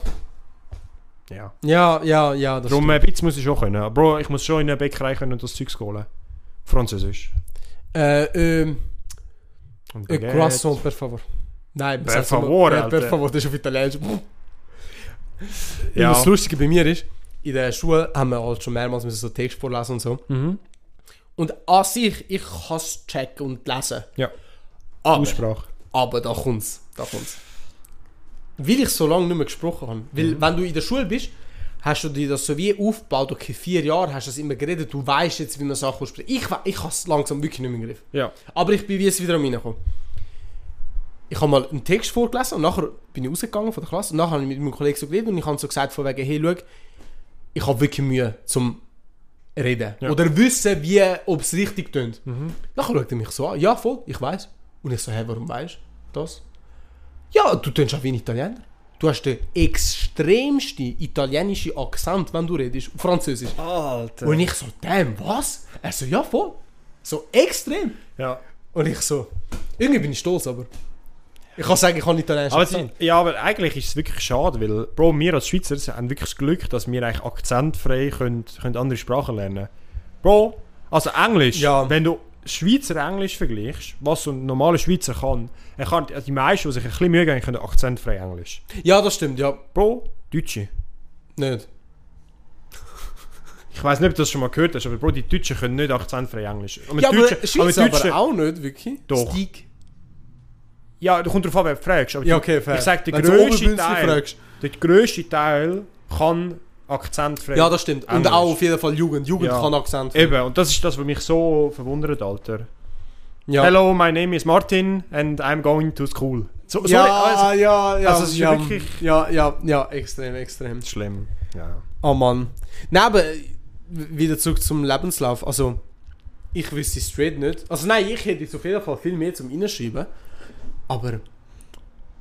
S4: Ja.
S3: ja, ja, ja. Das
S4: Darum
S3: stimmt.
S4: ein bisschen muss ich schon können. Nou, Bro, ich muss schon in eine Bäckerei können und das Zeugs holen. Französisch.
S3: Äh, ähm,
S4: Und
S3: äh, Croissant, per favor. Nein,
S4: Per
S3: sag's mal-
S4: favore,
S3: Ja, Per
S4: Alter.
S3: favor, das ist auf Italienisch. Ja.
S4: Ja.
S3: Das Lustige bei mir ist, in der Schule haben wir halt schon mehrmals müssen so Text vorlesen und so.
S4: Mhm.
S3: Und an sich, ich kann es checken und lesen.
S4: Ja.
S3: Aber,
S4: Aussprache.
S3: aber da kommt's, da kommt's. Weil ich so lange nicht mehr gesprochen habe. Weil
S4: Mhm.
S3: wenn du in der Schule bist, hast du dir das so wie aufgebaut, okay, vier Jahre hast du das immer geredet, du weißt jetzt, wie man Sachen ausspricht. Ich, we- ich habe es langsam wirklich nicht mehr im Griff.
S4: Ja.
S3: Aber ich bin wie es wieder an mich gekommen. Ich habe mal einen Text vorgelesen und nachher bin ich rausgegangen von der Klasse und nachher habe ich mit meinem Kollegen so geredet und ich habe so gesagt von wegen, hey, schau, ich habe wirklich Mühe zum Reden.
S4: Ja.
S3: Oder wissen, wie, ob es richtig tönt. Nachher schaut er mich so an, ja voll, ich weiß. Und ich so, hey, warum weißt du das? Ja, du tönst auch wie ein Italiener. Du hast den extremsten italienischen Akzent, wenn du redest, Französisch.
S4: Alter.
S3: Und ich so, damn, was? Er so, ja voll. So extrem.
S4: Ja.
S3: Und ich so, irgendwie bin ich stolz, aber ich kann sagen, ich kann Italienisch
S4: Aber, es ist, ja, aber eigentlich ist es wirklich schade, weil Bro, wir als Schweizer haben wirklich das Glück, dass wir eigentlich akzentfrei können, können andere Sprachen lernen Bro, also Englisch,
S3: Ja.
S4: wenn du Schweizer Englisch vergleichst, was so ein normaler Schweizer kann, er kann die meisten, die sich ein bisschen Mühe geben, können akzentfrei Englisch.
S3: Ja, das stimmt, ja.
S4: Bro, Deutsche.
S3: Nicht.
S4: Ich weiß nicht, ob du das schon mal gehört hast, aber Bro, die Deutschen können nicht akzentfrei Englisch. Und mit
S3: Ja, aber
S4: Deutschen-
S3: Schweiz
S4: mit
S3: aber,
S4: Deutschen-
S3: auch nicht, wirklich.
S4: Doch.
S3: Stieg.
S4: Ja, du kommt drauf an, wer du fragst. Aber
S3: Ja, okay, fair.
S4: ich sag, der
S3: Wenn du
S4: grösste
S3: Oberbünzli
S4: Teil,
S3: fragst.
S4: der grösste Teil kann akzentfrei.
S3: Ja, das stimmt. Und
S4: Englisch.
S3: auch auf jeden Fall Jugend. Jugend
S4: Ja.
S3: kann Akzent.
S4: Eben, und das ist das, was mich so verwundert, Alter.
S3: Ja.
S4: Hello, my name is Martin and I'm going to school. So, so
S3: ja,
S4: also,
S3: ja, ja.
S4: also es ist
S3: ja,
S4: wirklich-
S3: Ja, ja, ja, extrem, extrem.
S4: schlimm. Ja.
S3: Oh Mann. Nein, aber äh, wieder zurück zum Lebenslauf. Also, ich wüsste straight nicht. Also nein, ich hätte jetzt auf jeden Fall viel mehr zum Reinschreiben. Aber...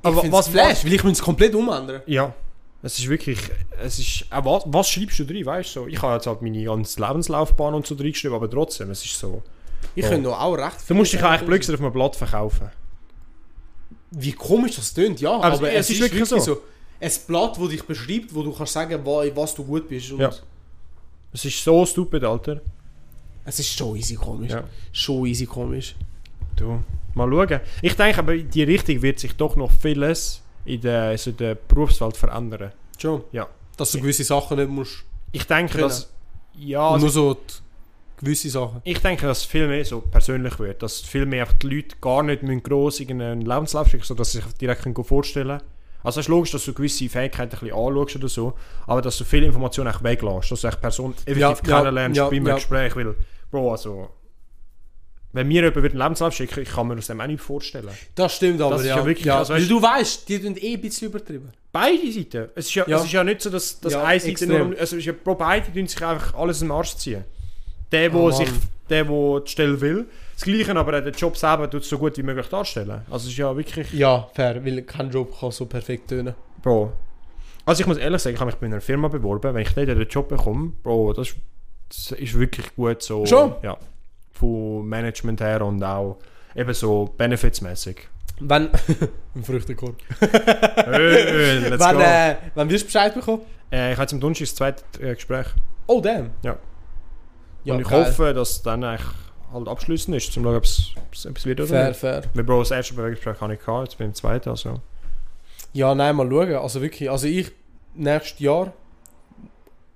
S4: Aber
S3: ich
S4: was-
S3: was flash, weil ich müsste es komplett umändern.
S4: Ja. Es ist wirklich, es ist, auch was, was schreibst du drin, weißt du? So, ich habe jetzt halt meine ganze Lebenslaufbahn und so drin geschrieben, aber trotzdem, es ist so.
S3: Ich
S4: Ja.
S3: könnte auch recht
S4: Du musst dich
S3: viel-
S4: eigentlich blödsinn auf einem Blatt verkaufen.
S3: wie komisch das tönt, ja, aber,
S4: Aber es
S3: es ist, wirklich so. Ein Blatt, das dich beschreibt, wo du kannst sagen, wa- in was du gut bist. Und
S4: Ja. Es ist so stupid, Alter.
S3: Es ist schon easy komisch.
S4: Ja.
S3: Schon easy komisch.
S4: Du, mal schauen. Ich denke aber, in die Richtung wird sich doch noch vieles in der, also in der Berufswelt verändern.
S3: Schon.
S4: Ja.
S3: Dass du gewisse Sachen nicht musst.
S4: Ich denke,
S3: Genau.
S4: dass... Ja, also
S3: nur so die gewisse Sachen.
S4: ich denke, dass es viel mehr so persönlich wird. Dass viel mehr einfach die Leute gar nicht müssen gross irgendeinen Lebenslauf schicken, sondern dass sie sich direkt können vorstellen können. Also es ist logisch, dass du gewisse Fähigkeiten ein bisschen anschaust oder so, aber dass du viele Informationen auch weglässt, dass du echt Person effektiv
S3: Ja, ja,
S4: kennenlernst
S3: ja,
S4: beim
S3: ja.
S4: Gespräch, weil, Bro, also... Wenn mir jemand einen Lebenslauf schicken ich kann mir aus dem auch nicht vorstellen.
S3: Das stimmt aber,
S4: ist
S3: ja.
S4: ja wirklich- also
S3: Weil
S4: weißt-
S3: du weißt, die sind eh ein bisschen übertrieben.
S4: Beide Seiten. Es ist ja,
S3: Ja.
S4: Es ist ja nicht so, dass das
S3: Ja,
S4: einzige
S3: extrem.
S4: nur... Also es ist ja, pro beide tun sich einfach alles im Arsch ziehen. Der, wo
S3: Oh, Mann.
S4: sich, der, wo die Stelle will, das Gleiche, aber der Job selber tut es so gut wie möglich darstellen. Also es ist ja wirklich...
S3: Ja, fair, weil kein Job kann so perfekt tönen.
S4: Bro. Also ich muss ehrlich sagen, ich habe mich bei einer Firma beworben. Wenn ich dort den Job bekomme, Bro, das ist, das ist wirklich gut so...
S3: Schon?
S4: Ja. Vom Management her und auch eben so benefitsmäßig.
S3: Wenn. Im Früchtekorb.
S4: hey, let's
S3: Wenn,
S4: go. Äh,
S3: äh, wenn wirst du Bescheid bekommen?
S4: ich habe jetzt am Donnerstag das zweite äh, Gespräch.
S3: Oh, damn.
S4: Ja.
S3: Ja,
S4: und ich
S3: geil.
S4: hoffe, dass es dann eigentlich halt abschließend ist, zum schauen, ob es ob es etwas wird oder
S3: Fair,
S4: nicht.
S3: fair.
S4: Weil Bro, das erste Bewerbungsgespräch habe ich gehabt, jetzt bin ich im zweiten, also...
S3: Ja, nein, mal schauen. Also wirklich, also ich, nächstes Jahr.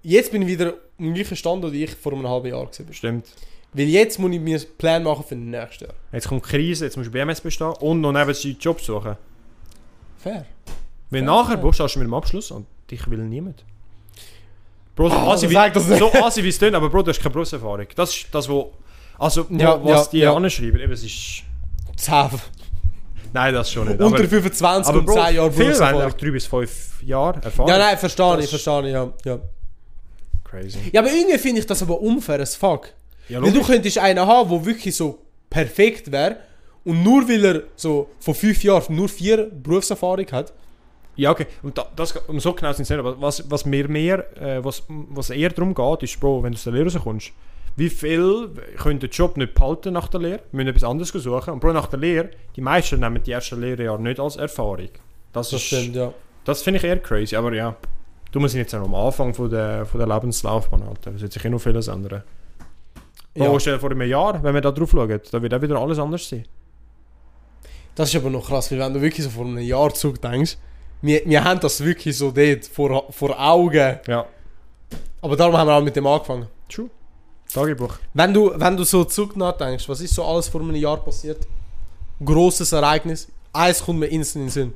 S3: Jetzt bin ich wieder am gleichen Stand, wo ich vor einem halben Jahr war.
S4: Stimmt.
S3: Weil jetzt muss ich mir einen Plan machen für nächstes Jahr.
S4: Jetzt kommt die Krise, jetzt musst du BMS bestehen und noch nebenbei einen Job suchen.
S3: Fair.
S4: Wenn
S3: Ja,
S4: nachher,
S3: ja.
S4: Bro, stehst du mit dem Abschluss und dich will niemand. Bro, so
S3: Oh,
S4: assi wie-
S3: sag das nicht.
S4: so assi wie es tönt, aber Bro, du hast keine Berufserfahrung. Das ist das, wo... Also, wo-
S3: Ja,
S4: was
S3: ja,
S4: die
S3: ja.
S4: anschreiben, eben, es ist...
S3: Zehn.
S4: Nein, das schon nicht.
S3: Unter
S4: Aber,
S3: 25
S4: aber
S3: und
S4: Bro,
S3: 10 Jahre
S4: viele haben
S3: Berufserfahrung.
S4: nach 3 bis 5 Jahren Erfahrung.
S3: Ja, nein, verstehe
S4: Das-
S3: ich, verstehe ich, ja. ja.
S4: Crazy.
S3: Ja, aber irgendwie finde ich das aber unfair as fuck.
S4: Ja,
S3: Weil du
S4: logisch.
S3: könntest einen haben, der wirklich so perfekt wäre und nur weil er so von fünf Jahren nur vier Berufserfahrung hat.
S4: Ja, okay. Und, da, das, und so genau sind es nicht. Aber was, was mir mehr, äh, was, was eher darum geht, ist, Bro, wenn du aus der Lehre rauskommst, wie viel können den Job nicht behalten nach der Lehre, müssen etwas anderes suchen. Und Bro, nach der Lehre, die meisten nehmen die ersten Lehrjahre nicht als Erfahrung. Das,
S3: Das
S4: ist
S3: stimmt, ja.
S4: das finde ich eher crazy, aber ja. Du musst jetzt auch am Anfang von der, von der Lebenslaufbahn, Alter. Es wird sich eh noch vieles ändern. Bro,
S3: ja.
S4: stell dir vor einem Jahr, wenn wir da drauf schauen, da wird auch wieder alles anders sein.
S3: Das ist aber noch krass, weil wenn du wirklich so vor einem Jahr zurückdenkst, wir, wir haben das wirklich so dort vor, vor Augen.
S4: Ja.
S3: Aber darum haben wir auch mit dem angefangen.
S4: True. Tagebuch.
S3: Wenn du, wenn du so zurück nachdenkst, was ist so alles vor einem Jahr passiert? Grosses Ereignis. Eins kommt mir instant in den Sinn.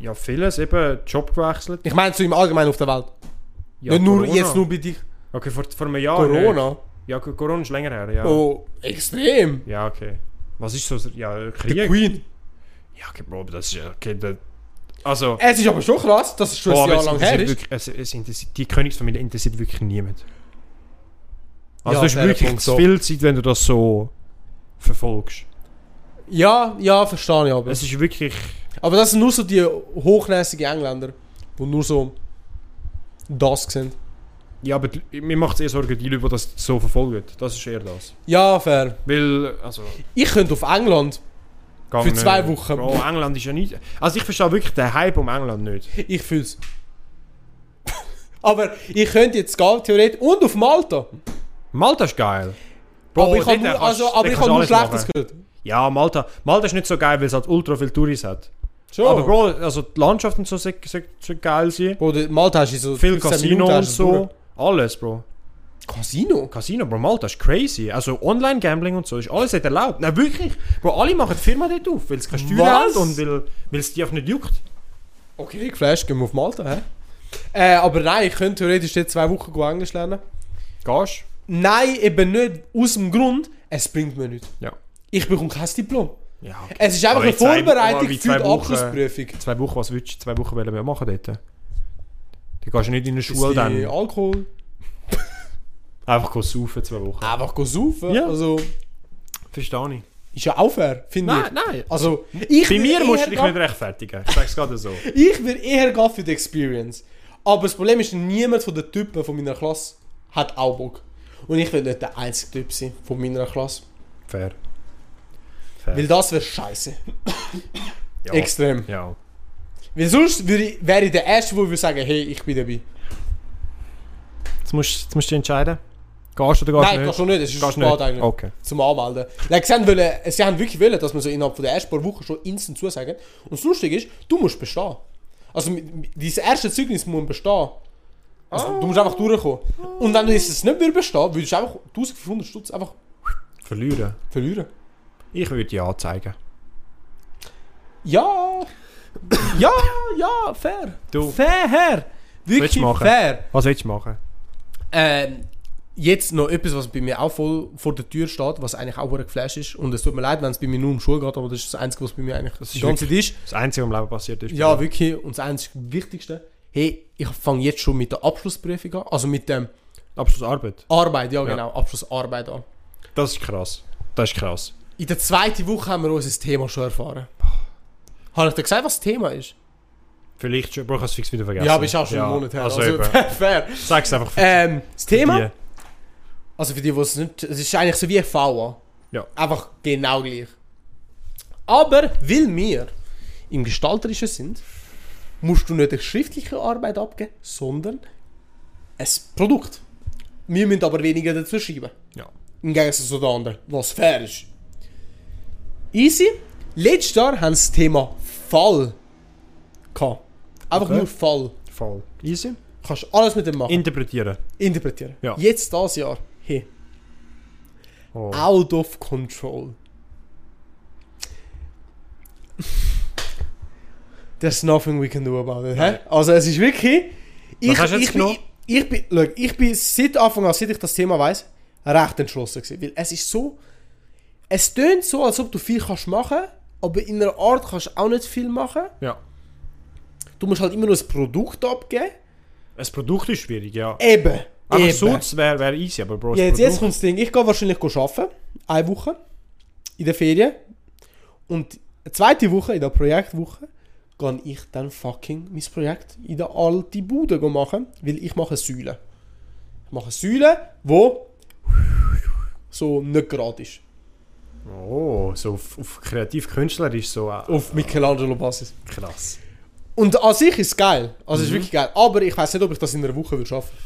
S4: Ja, vieles. Eben Job gewechselt.
S3: Ich meine so im Allgemeinen auf der Welt.
S4: Ja,
S3: Nicht nur
S4: Corona.
S3: jetzt nur bei dich.
S4: Okay, vor, vor einem Jahr.
S3: Corona.
S4: nicht. Ja, Ko- Corona ist länger her, ja.
S3: Oh, extrem.
S4: Ja, okay. Was ist so. Ja, Krieg.
S3: Der Queen.
S4: Ja, okay, Bro, das ist ja. Okay, der, also. Oh, dus
S3: Es ist aber schon krass, dass es schon
S4: Boah,
S3: ein
S4: aber
S3: Jahr
S4: es
S3: lang her
S4: interessiert
S3: ist.
S4: wirklich- es, es interessiert, die Königsfamilie interessiert wirklich niemand. Also,
S3: Ja,
S4: du hast
S3: fairer
S4: wirklich
S3: Punkt,
S4: zu
S3: so.
S4: viel Zeit, wenn du das so verfolgst.
S3: Ja, ja, verstehe ich aber.
S4: Es ist wirklich.
S3: aber das sind nur so die hochnäsigen Engländer, die nur so das sind.
S4: Ja, aber die- mir macht es eher Sorgen, die Leute, die das so verfolgen. Das ist eher das.
S3: Ja, fair.
S4: Weil, also.
S3: Ich könnte auf England.
S4: gang
S3: Für
S4: nicht.
S3: zwei Wochen.
S4: Bro, England ist ja nicht. Also, ich verstehe wirklich den Hype um England nicht.
S3: Ich fühl's. aber ich könnte jetzt gehen, theoretisch. Und auf Malta.
S4: Malta ist geil.
S3: aber ich
S4: dort
S3: habe nur,
S4: kannst-
S3: also,
S4: dort
S3: aber ich
S4: kannst
S3: hab
S4: du
S3: nur
S4: alles
S3: Schlechtes
S4: machen.
S3: gehört.
S4: Ja, Malta. Malta ist nicht so geil, weil es halt ultra viel Touris hat.
S3: Schon.
S4: Aber Bro, also die Landschaft und so soll geil sein.
S3: Bro, der Malta ist in so
S4: Viel
S3: 15
S4: Casino
S3: Minuten
S4: und
S3: hast du
S4: so.
S3: durch.
S4: Alles, Bro.
S3: Casino?
S4: Casino, Bro, Malta ist crazy. Also Online-Gambling und so ist alles nicht erlaubt. Nein, wirklich. Bro, alle machen die Firma dort auf, weil es keine Steuern
S3: Was?
S4: hat und weil weil es die einfach nicht juckt.
S3: Okay, geflasht, gehen wir auf Malta, hä? Äh, aber nein, ich könnte theoretisch jetzt zwei Wochen gut Englisch lernen.
S4: Gehst?
S3: Nein, eben nicht. Aus dem Grund, es bringt mir nichts.
S4: Ja.
S3: Ich bekomme kein Diplom.
S4: Ja, okay.
S3: Es ist einfach
S4: Aber
S3: eine
S4: in zwei-
S3: Vorbereitung
S4: aber
S3: für
S4: in
S3: die
S4: zwei Wochen-
S3: Abschlussprüfung.
S4: Zwei Wochen, was willst du? Zwei Wochen wollen wir machen dort. Dann gehst du nicht in eine
S3: Bisschen
S4: Schule dann.
S3: Alkohol.
S4: Einfach gehen saufen, zwei Wochen.
S3: Einfach go saufen.
S4: Ja.
S3: Also,
S4: Verstehe ich.
S3: ist ja auch fair, finde ich.
S4: Nein, nein.
S3: Also, ich
S4: Bei
S3: würd
S4: mir musst du dich
S3: eher
S4: nicht rechtfertigen. Ich sag's gerade so.
S3: gehen- Ich würde eher gehen für die Experience. Aber das Problem ist, niemand von den Typen von meiner Klasse hat auch Bock. Und ich will nicht der einzige Typ sein von meiner Klasse.
S4: Fair. Fair.
S3: Weil das wäre scheiße.
S4: ja.
S3: Extrem.
S4: Ja.
S3: Weil sonst wäre ich, wär ich der Erste, der würde sagen, hey, ich bin dabei.
S4: Das Jetzt musst, jetzt musst du dich entscheiden. Gehst du oder gehst
S3: Nein,
S4: nicht?
S3: kannst du nicht, es ist schon
S4: Gehst
S3: spät
S4: nicht.
S3: eigentlich.
S4: Okay.
S3: Zum Anmelden. Like, sie, haben wollen, äh, sie haben wirklich wollen, dass man so innerhalb von der ersten paar Wochen schon instant zusagen. Und das Lustige ist, du musst bestehen. Also mit- mit- dein erstes Zeugnis muss bestehen. Also du musst einfach durchkommen. Und wenn du jetzt es nicht mehr bestehen, würdest du einfach 1500 Stutz einfach
S4: Verlieren.
S3: verlieren.
S4: Ich würde ja zeigen.
S3: Ja, ja, ja, fair.
S4: Du.
S3: Fair.
S4: Willst du
S3: Wirklich
S4: machen?
S3: fair.
S4: Was willst du machen?
S3: Ähm, jetzt noch etwas, was bei mir auch voll vor der Tür steht, was eigentlich auch verdammt geflasht ist. Und es tut mir leid, wenn es bei mir nur um Schule geht, aber das ist das Einzige, was bei mir eigentlich das
S4: ist
S3: die ganze Zeit ist.
S4: Das Einzige, was im Leben passiert ist.
S3: Ja, wirklich. Und das Einzige Wichtigste, hey, ich fange jetzt schon mit der Abschlussprüfung an. Also mit dem
S4: Abschlussarbeit.
S3: Arbeit, ja genau, Abschlussarbeit an.
S4: Das ist krass. Das ist krass.
S3: In der zweiten Woche haben wir unser Thema schon erfahren. Habe ich dir gesagt, was das Thema ist?
S4: Vielleicht schon. Bro, ich habe es fix wieder vergessen.
S3: Ja, aber ist auch schon
S4: Ja,
S3: einen Monat her.
S4: Also,
S3: Also,
S4: eben.
S3: fair.
S4: Sag's einfach für
S3: Ähm, das
S4: die.
S3: Thema, Also für die, die es nicht... Es ist eigentlich so wie ein VA.
S4: Ja.
S3: Einfach genau gleich. Aber, weil wir im Gestalterischen sind, musst du nicht eine schriftliche Arbeit abgeben, sondern ein Produkt. Wir müssen aber weniger dazu schreiben.
S4: Ja.
S3: Im Gegensatz zu den anderen, was fair ist. Easy. Letztes Jahr haben sie das Thema Fall. Gehabt. Einfach
S4: Okay.
S3: nur Fall.
S4: Voll. Easy.
S3: Kannst alles mit dem machen.
S4: Interpretieren.
S3: interpretieren.
S4: Ja.
S3: Jetzt das Jahr. Hey.
S4: Oh.
S3: Out of control. There's nothing we can do about it. Hä? Also es ist wirklich. Ich,
S4: hast du jetzt
S3: ich, bin,
S4: genommen?
S3: ich, ich bin. Look, ich bin seit Anfang an, seit ich das Thema weiß, recht entschlossen gewesen. Weil es ist so. Es tönt so, als ob du viel kannst machen, aber in einer Art kannst du auch nicht viel machen.
S4: Ja.
S3: Du musst halt immer nur das Produkt abgeben.
S4: Das Produkt ist schwierig, ja.
S3: Eben.
S4: Aber
S3: Äh, eben.
S4: sonst wäre wär easy, aber Bro, das
S3: Ja, jetzt,
S4: Produkt-
S3: jetzt kommt das Ding. Ich gehe wahrscheinlich go arbeiten. Eine Woche. In der Ferien. Und eine zweite Woche, in der Projektwoche, gehe ich dann fucking mein Projekt in der alten Bude go machen. Weil ich mache eine Säule. Ich mache eine Säule, wo so nicht gerade ist.
S4: Oh, so auf, auf kreativ-künstlerisch so äh,
S3: Auf Michelangelo-Basis.
S4: krass.
S3: Und an sich ist es geil. Also es ist wirklich geil. Aber ich weiß nicht, ob ich das in einer Woche würde schaffen.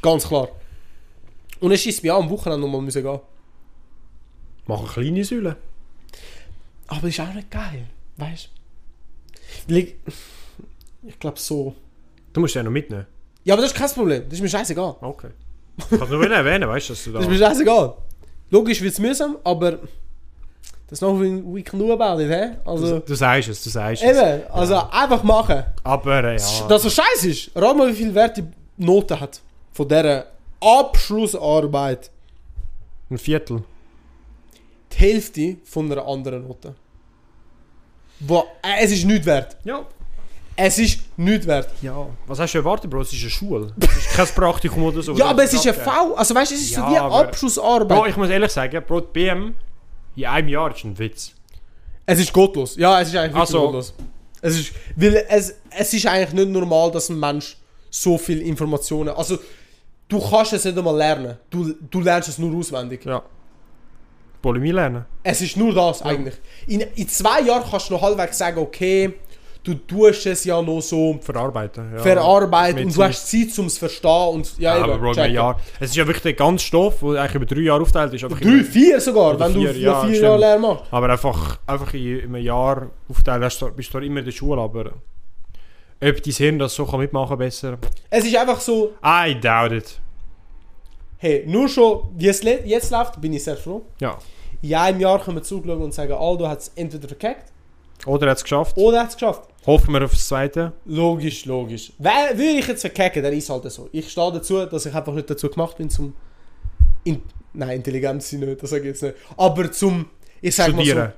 S3: Ganz klar. Und es ist mir auch am Wochenende nochmal müssen gehen.
S4: Mach eine kleine Säule.
S3: Aber ist auch nicht geil, weißt du? Ich, ich glaube so.
S4: Du musst ja noch mitnehmen.
S3: Ja, aber das ist kein Problem. Das ist mir scheißegal.
S4: Okay. Ich kann nur wieder erwähnen, weißt du, dass du da.
S3: Das ist mir scheißegal. Logisch wird es mühsam, aber das noch we can do about it, hä?
S4: du,
S3: Also,
S4: du sagst es, du sagst es.
S3: eben, also einfach machen.
S4: Aber äh, ja.
S3: Dass es scheiße ist. Rat mal, wie viel Wert die Note hat von dieser Abschlussarbeit.
S4: Ein Viertel.
S3: Die Hälfte von einer anderen Note. Wo, äh, es ist nichts wert.
S4: Ja.
S3: Es ist nichts wert.
S4: Ja. Was hast du erwartet, Bro? Es ist eine Schule. Es ist kein Praktikum oder so.
S3: Ja,
S4: oder?
S3: aber es ist ein V. Also weißt du, es ist
S4: Ja,
S3: so wie eine
S4: aber-
S3: Abschlussarbeit.
S4: Bro, ich muss ehrlich sagen, Bro, die BM in einem Jahr ist ein Witz.
S3: Es ist gottlos. Ja, es ist eigentlich wirklich
S4: Also-
S3: gottlos. Es ist, weil es, es ist eigentlich nicht normal, dass ein Mensch so viel Informationen. Also, du kannst es nicht einmal lernen. Du, du lernst es nur auswendig.
S4: Ja. Polemie lernen.
S3: Es ist nur das eigentlich. In, in zwei Jahren kannst du noch halbwegs sagen, okay, du tust es ja noch so
S4: Verarbeiten. Ja.
S3: verarbeiten
S4: Mit
S3: und du
S4: Zeit.
S3: hast Zeit, um es zu verstehen. Und, ja,
S4: Ja, aber
S3: eben,
S4: Bro, in
S3: checken.
S4: einem Jahr. Es ist ja wirklich der ganze Stoff, der eigentlich über drei Jahre aufteilt ist. einfach
S3: Drei,
S4: immer-
S3: vier sogar,
S4: genau. Oder
S3: wenn
S4: vier,
S3: du vier,
S4: ja,
S3: vier
S4: stimmt.
S3: Jahre Lehre machst.
S4: Aber einfach, einfach in in einem Jahr aufteilen, hast du, bist du zwar immer in der Schule, aber ob dein Hirn das so kann mitmachen kann, besser.
S3: Es ist einfach so,
S4: I doubt it.
S3: hey, nur schon, wie es le- jetzt läuft, bin ich sehr froh.
S4: Ja.
S3: ja im Jahr können wir zuschauen und sagen, Aldo hat es entweder verkackt
S4: Oder hat es geschafft.
S3: oder hat es geschafft.
S4: Hoffen wir auf das Zweite.
S3: Logisch, logisch. Wer- Würde ich jetzt verkacken, dann ist es halt so. Ich stehe dazu, dass ich einfach nicht dazu gemacht bin, zum. In Nein, Intelligenz sind nicht, das sage ich jetzt nicht. Aber zum. Ich sage mal so.
S4: Studieren.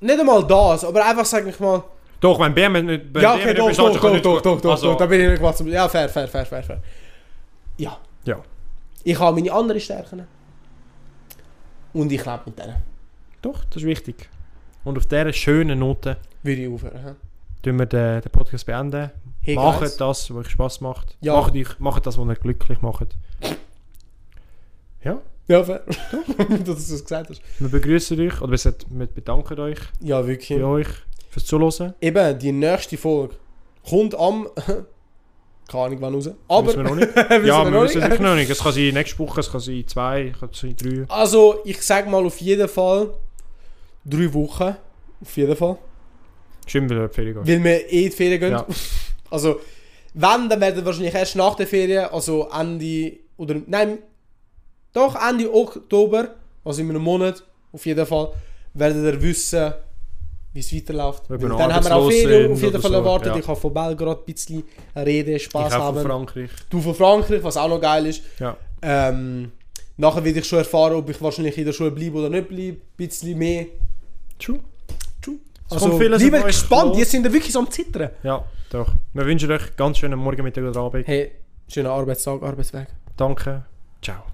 S3: Nicht einmal das, aber einfach, sage ich mal.
S4: Doch, wenn BM nicht... wenn
S3: ja,
S4: BM
S3: okay,
S4: nicht
S3: doch,
S4: besteht,
S3: doch,
S4: kann
S3: doch,
S4: nicht-
S3: doch, doch, doch,
S4: also,
S3: doch, da bin ich nicht gemacht. Zum, ja, fair, fair, fair, fair, fair. Ja,
S4: Ja.
S3: ich habe meine anderen Stärken. Und ich lebe mit denen.
S4: Doch, das ist wichtig. Und auf dieser schönen Note
S3: Würde ich aufhören. hä?
S4: tun wir den, den Podcast beenden.
S3: Hey,
S4: macht
S3: guys.
S4: das, was euch Spass macht.
S3: Ja.
S4: Macht, euch, macht das, was euch glücklich macht. Ja,
S3: Ja, fair. dass du es gesagt hast.
S4: wir begrüßen euch, oder besser, wir bedanken euch
S3: Ja, wirklich.
S4: bei euch fürs Zuhören.
S3: Eben, die nächste Folge kommt am Keine Ahnung, wann raus.
S4: Wissen wir
S3: Aber,
S4: noch nicht.
S3: Wissen wir
S4: ja, wir
S3: noch
S4: wissen es
S3: nicht.
S4: wirklich noch nicht. Es kann sein nächste Woche, es kann sein zwei, es kann sein drei.
S3: also, ich sage mal auf jeden Fall drei Wochen. Auf jeden Fall.
S4: Stimmt, weil er in die Ferien geht.
S3: Weil wir eh in die Ferien gehen.
S4: Ja.
S3: Also, wenn, dann werden wir wahrscheinlich erst nach der Ferien, also Ende, oder nein, doch Ende Oktober, also in einem Monat, auf jeden Fall, werden wir wissen, wie es weiterläuft.
S4: Ob
S3: Weil
S4: wir noch
S3: Dann haben wir auch
S4: arbeitslos
S3: Ferien
S4: sind
S3: auf jeden
S4: oder
S3: Fall
S4: so,
S3: erwartet.
S4: ja.
S3: Ich kann von Belgrad ein bisschen reden,
S4: Ich
S3: Spaß
S4: habe von
S3: haben.
S4: Frankreich.
S3: Du von Frankreich, was auch noch geil ist.
S4: Ja.
S3: Ähm, nachher werde ich schon erfahren, ob ich wahrscheinlich in der Schule bleibe oder nicht bleibe. Ein bisschen mehr.
S4: True. Es
S3: Also,
S4: kommt vieles
S3: lieber
S4: auf euch
S3: gespannt,
S4: los.
S3: jetzt sind wir wirklich so am Zittern.
S4: Ja, doch. Wir wünschen euch ganz schönen Morgen, Mittag oder Abend.
S3: Hey, schönen Arbeitstag, Arbeitsweg.
S4: Danke. Ciao.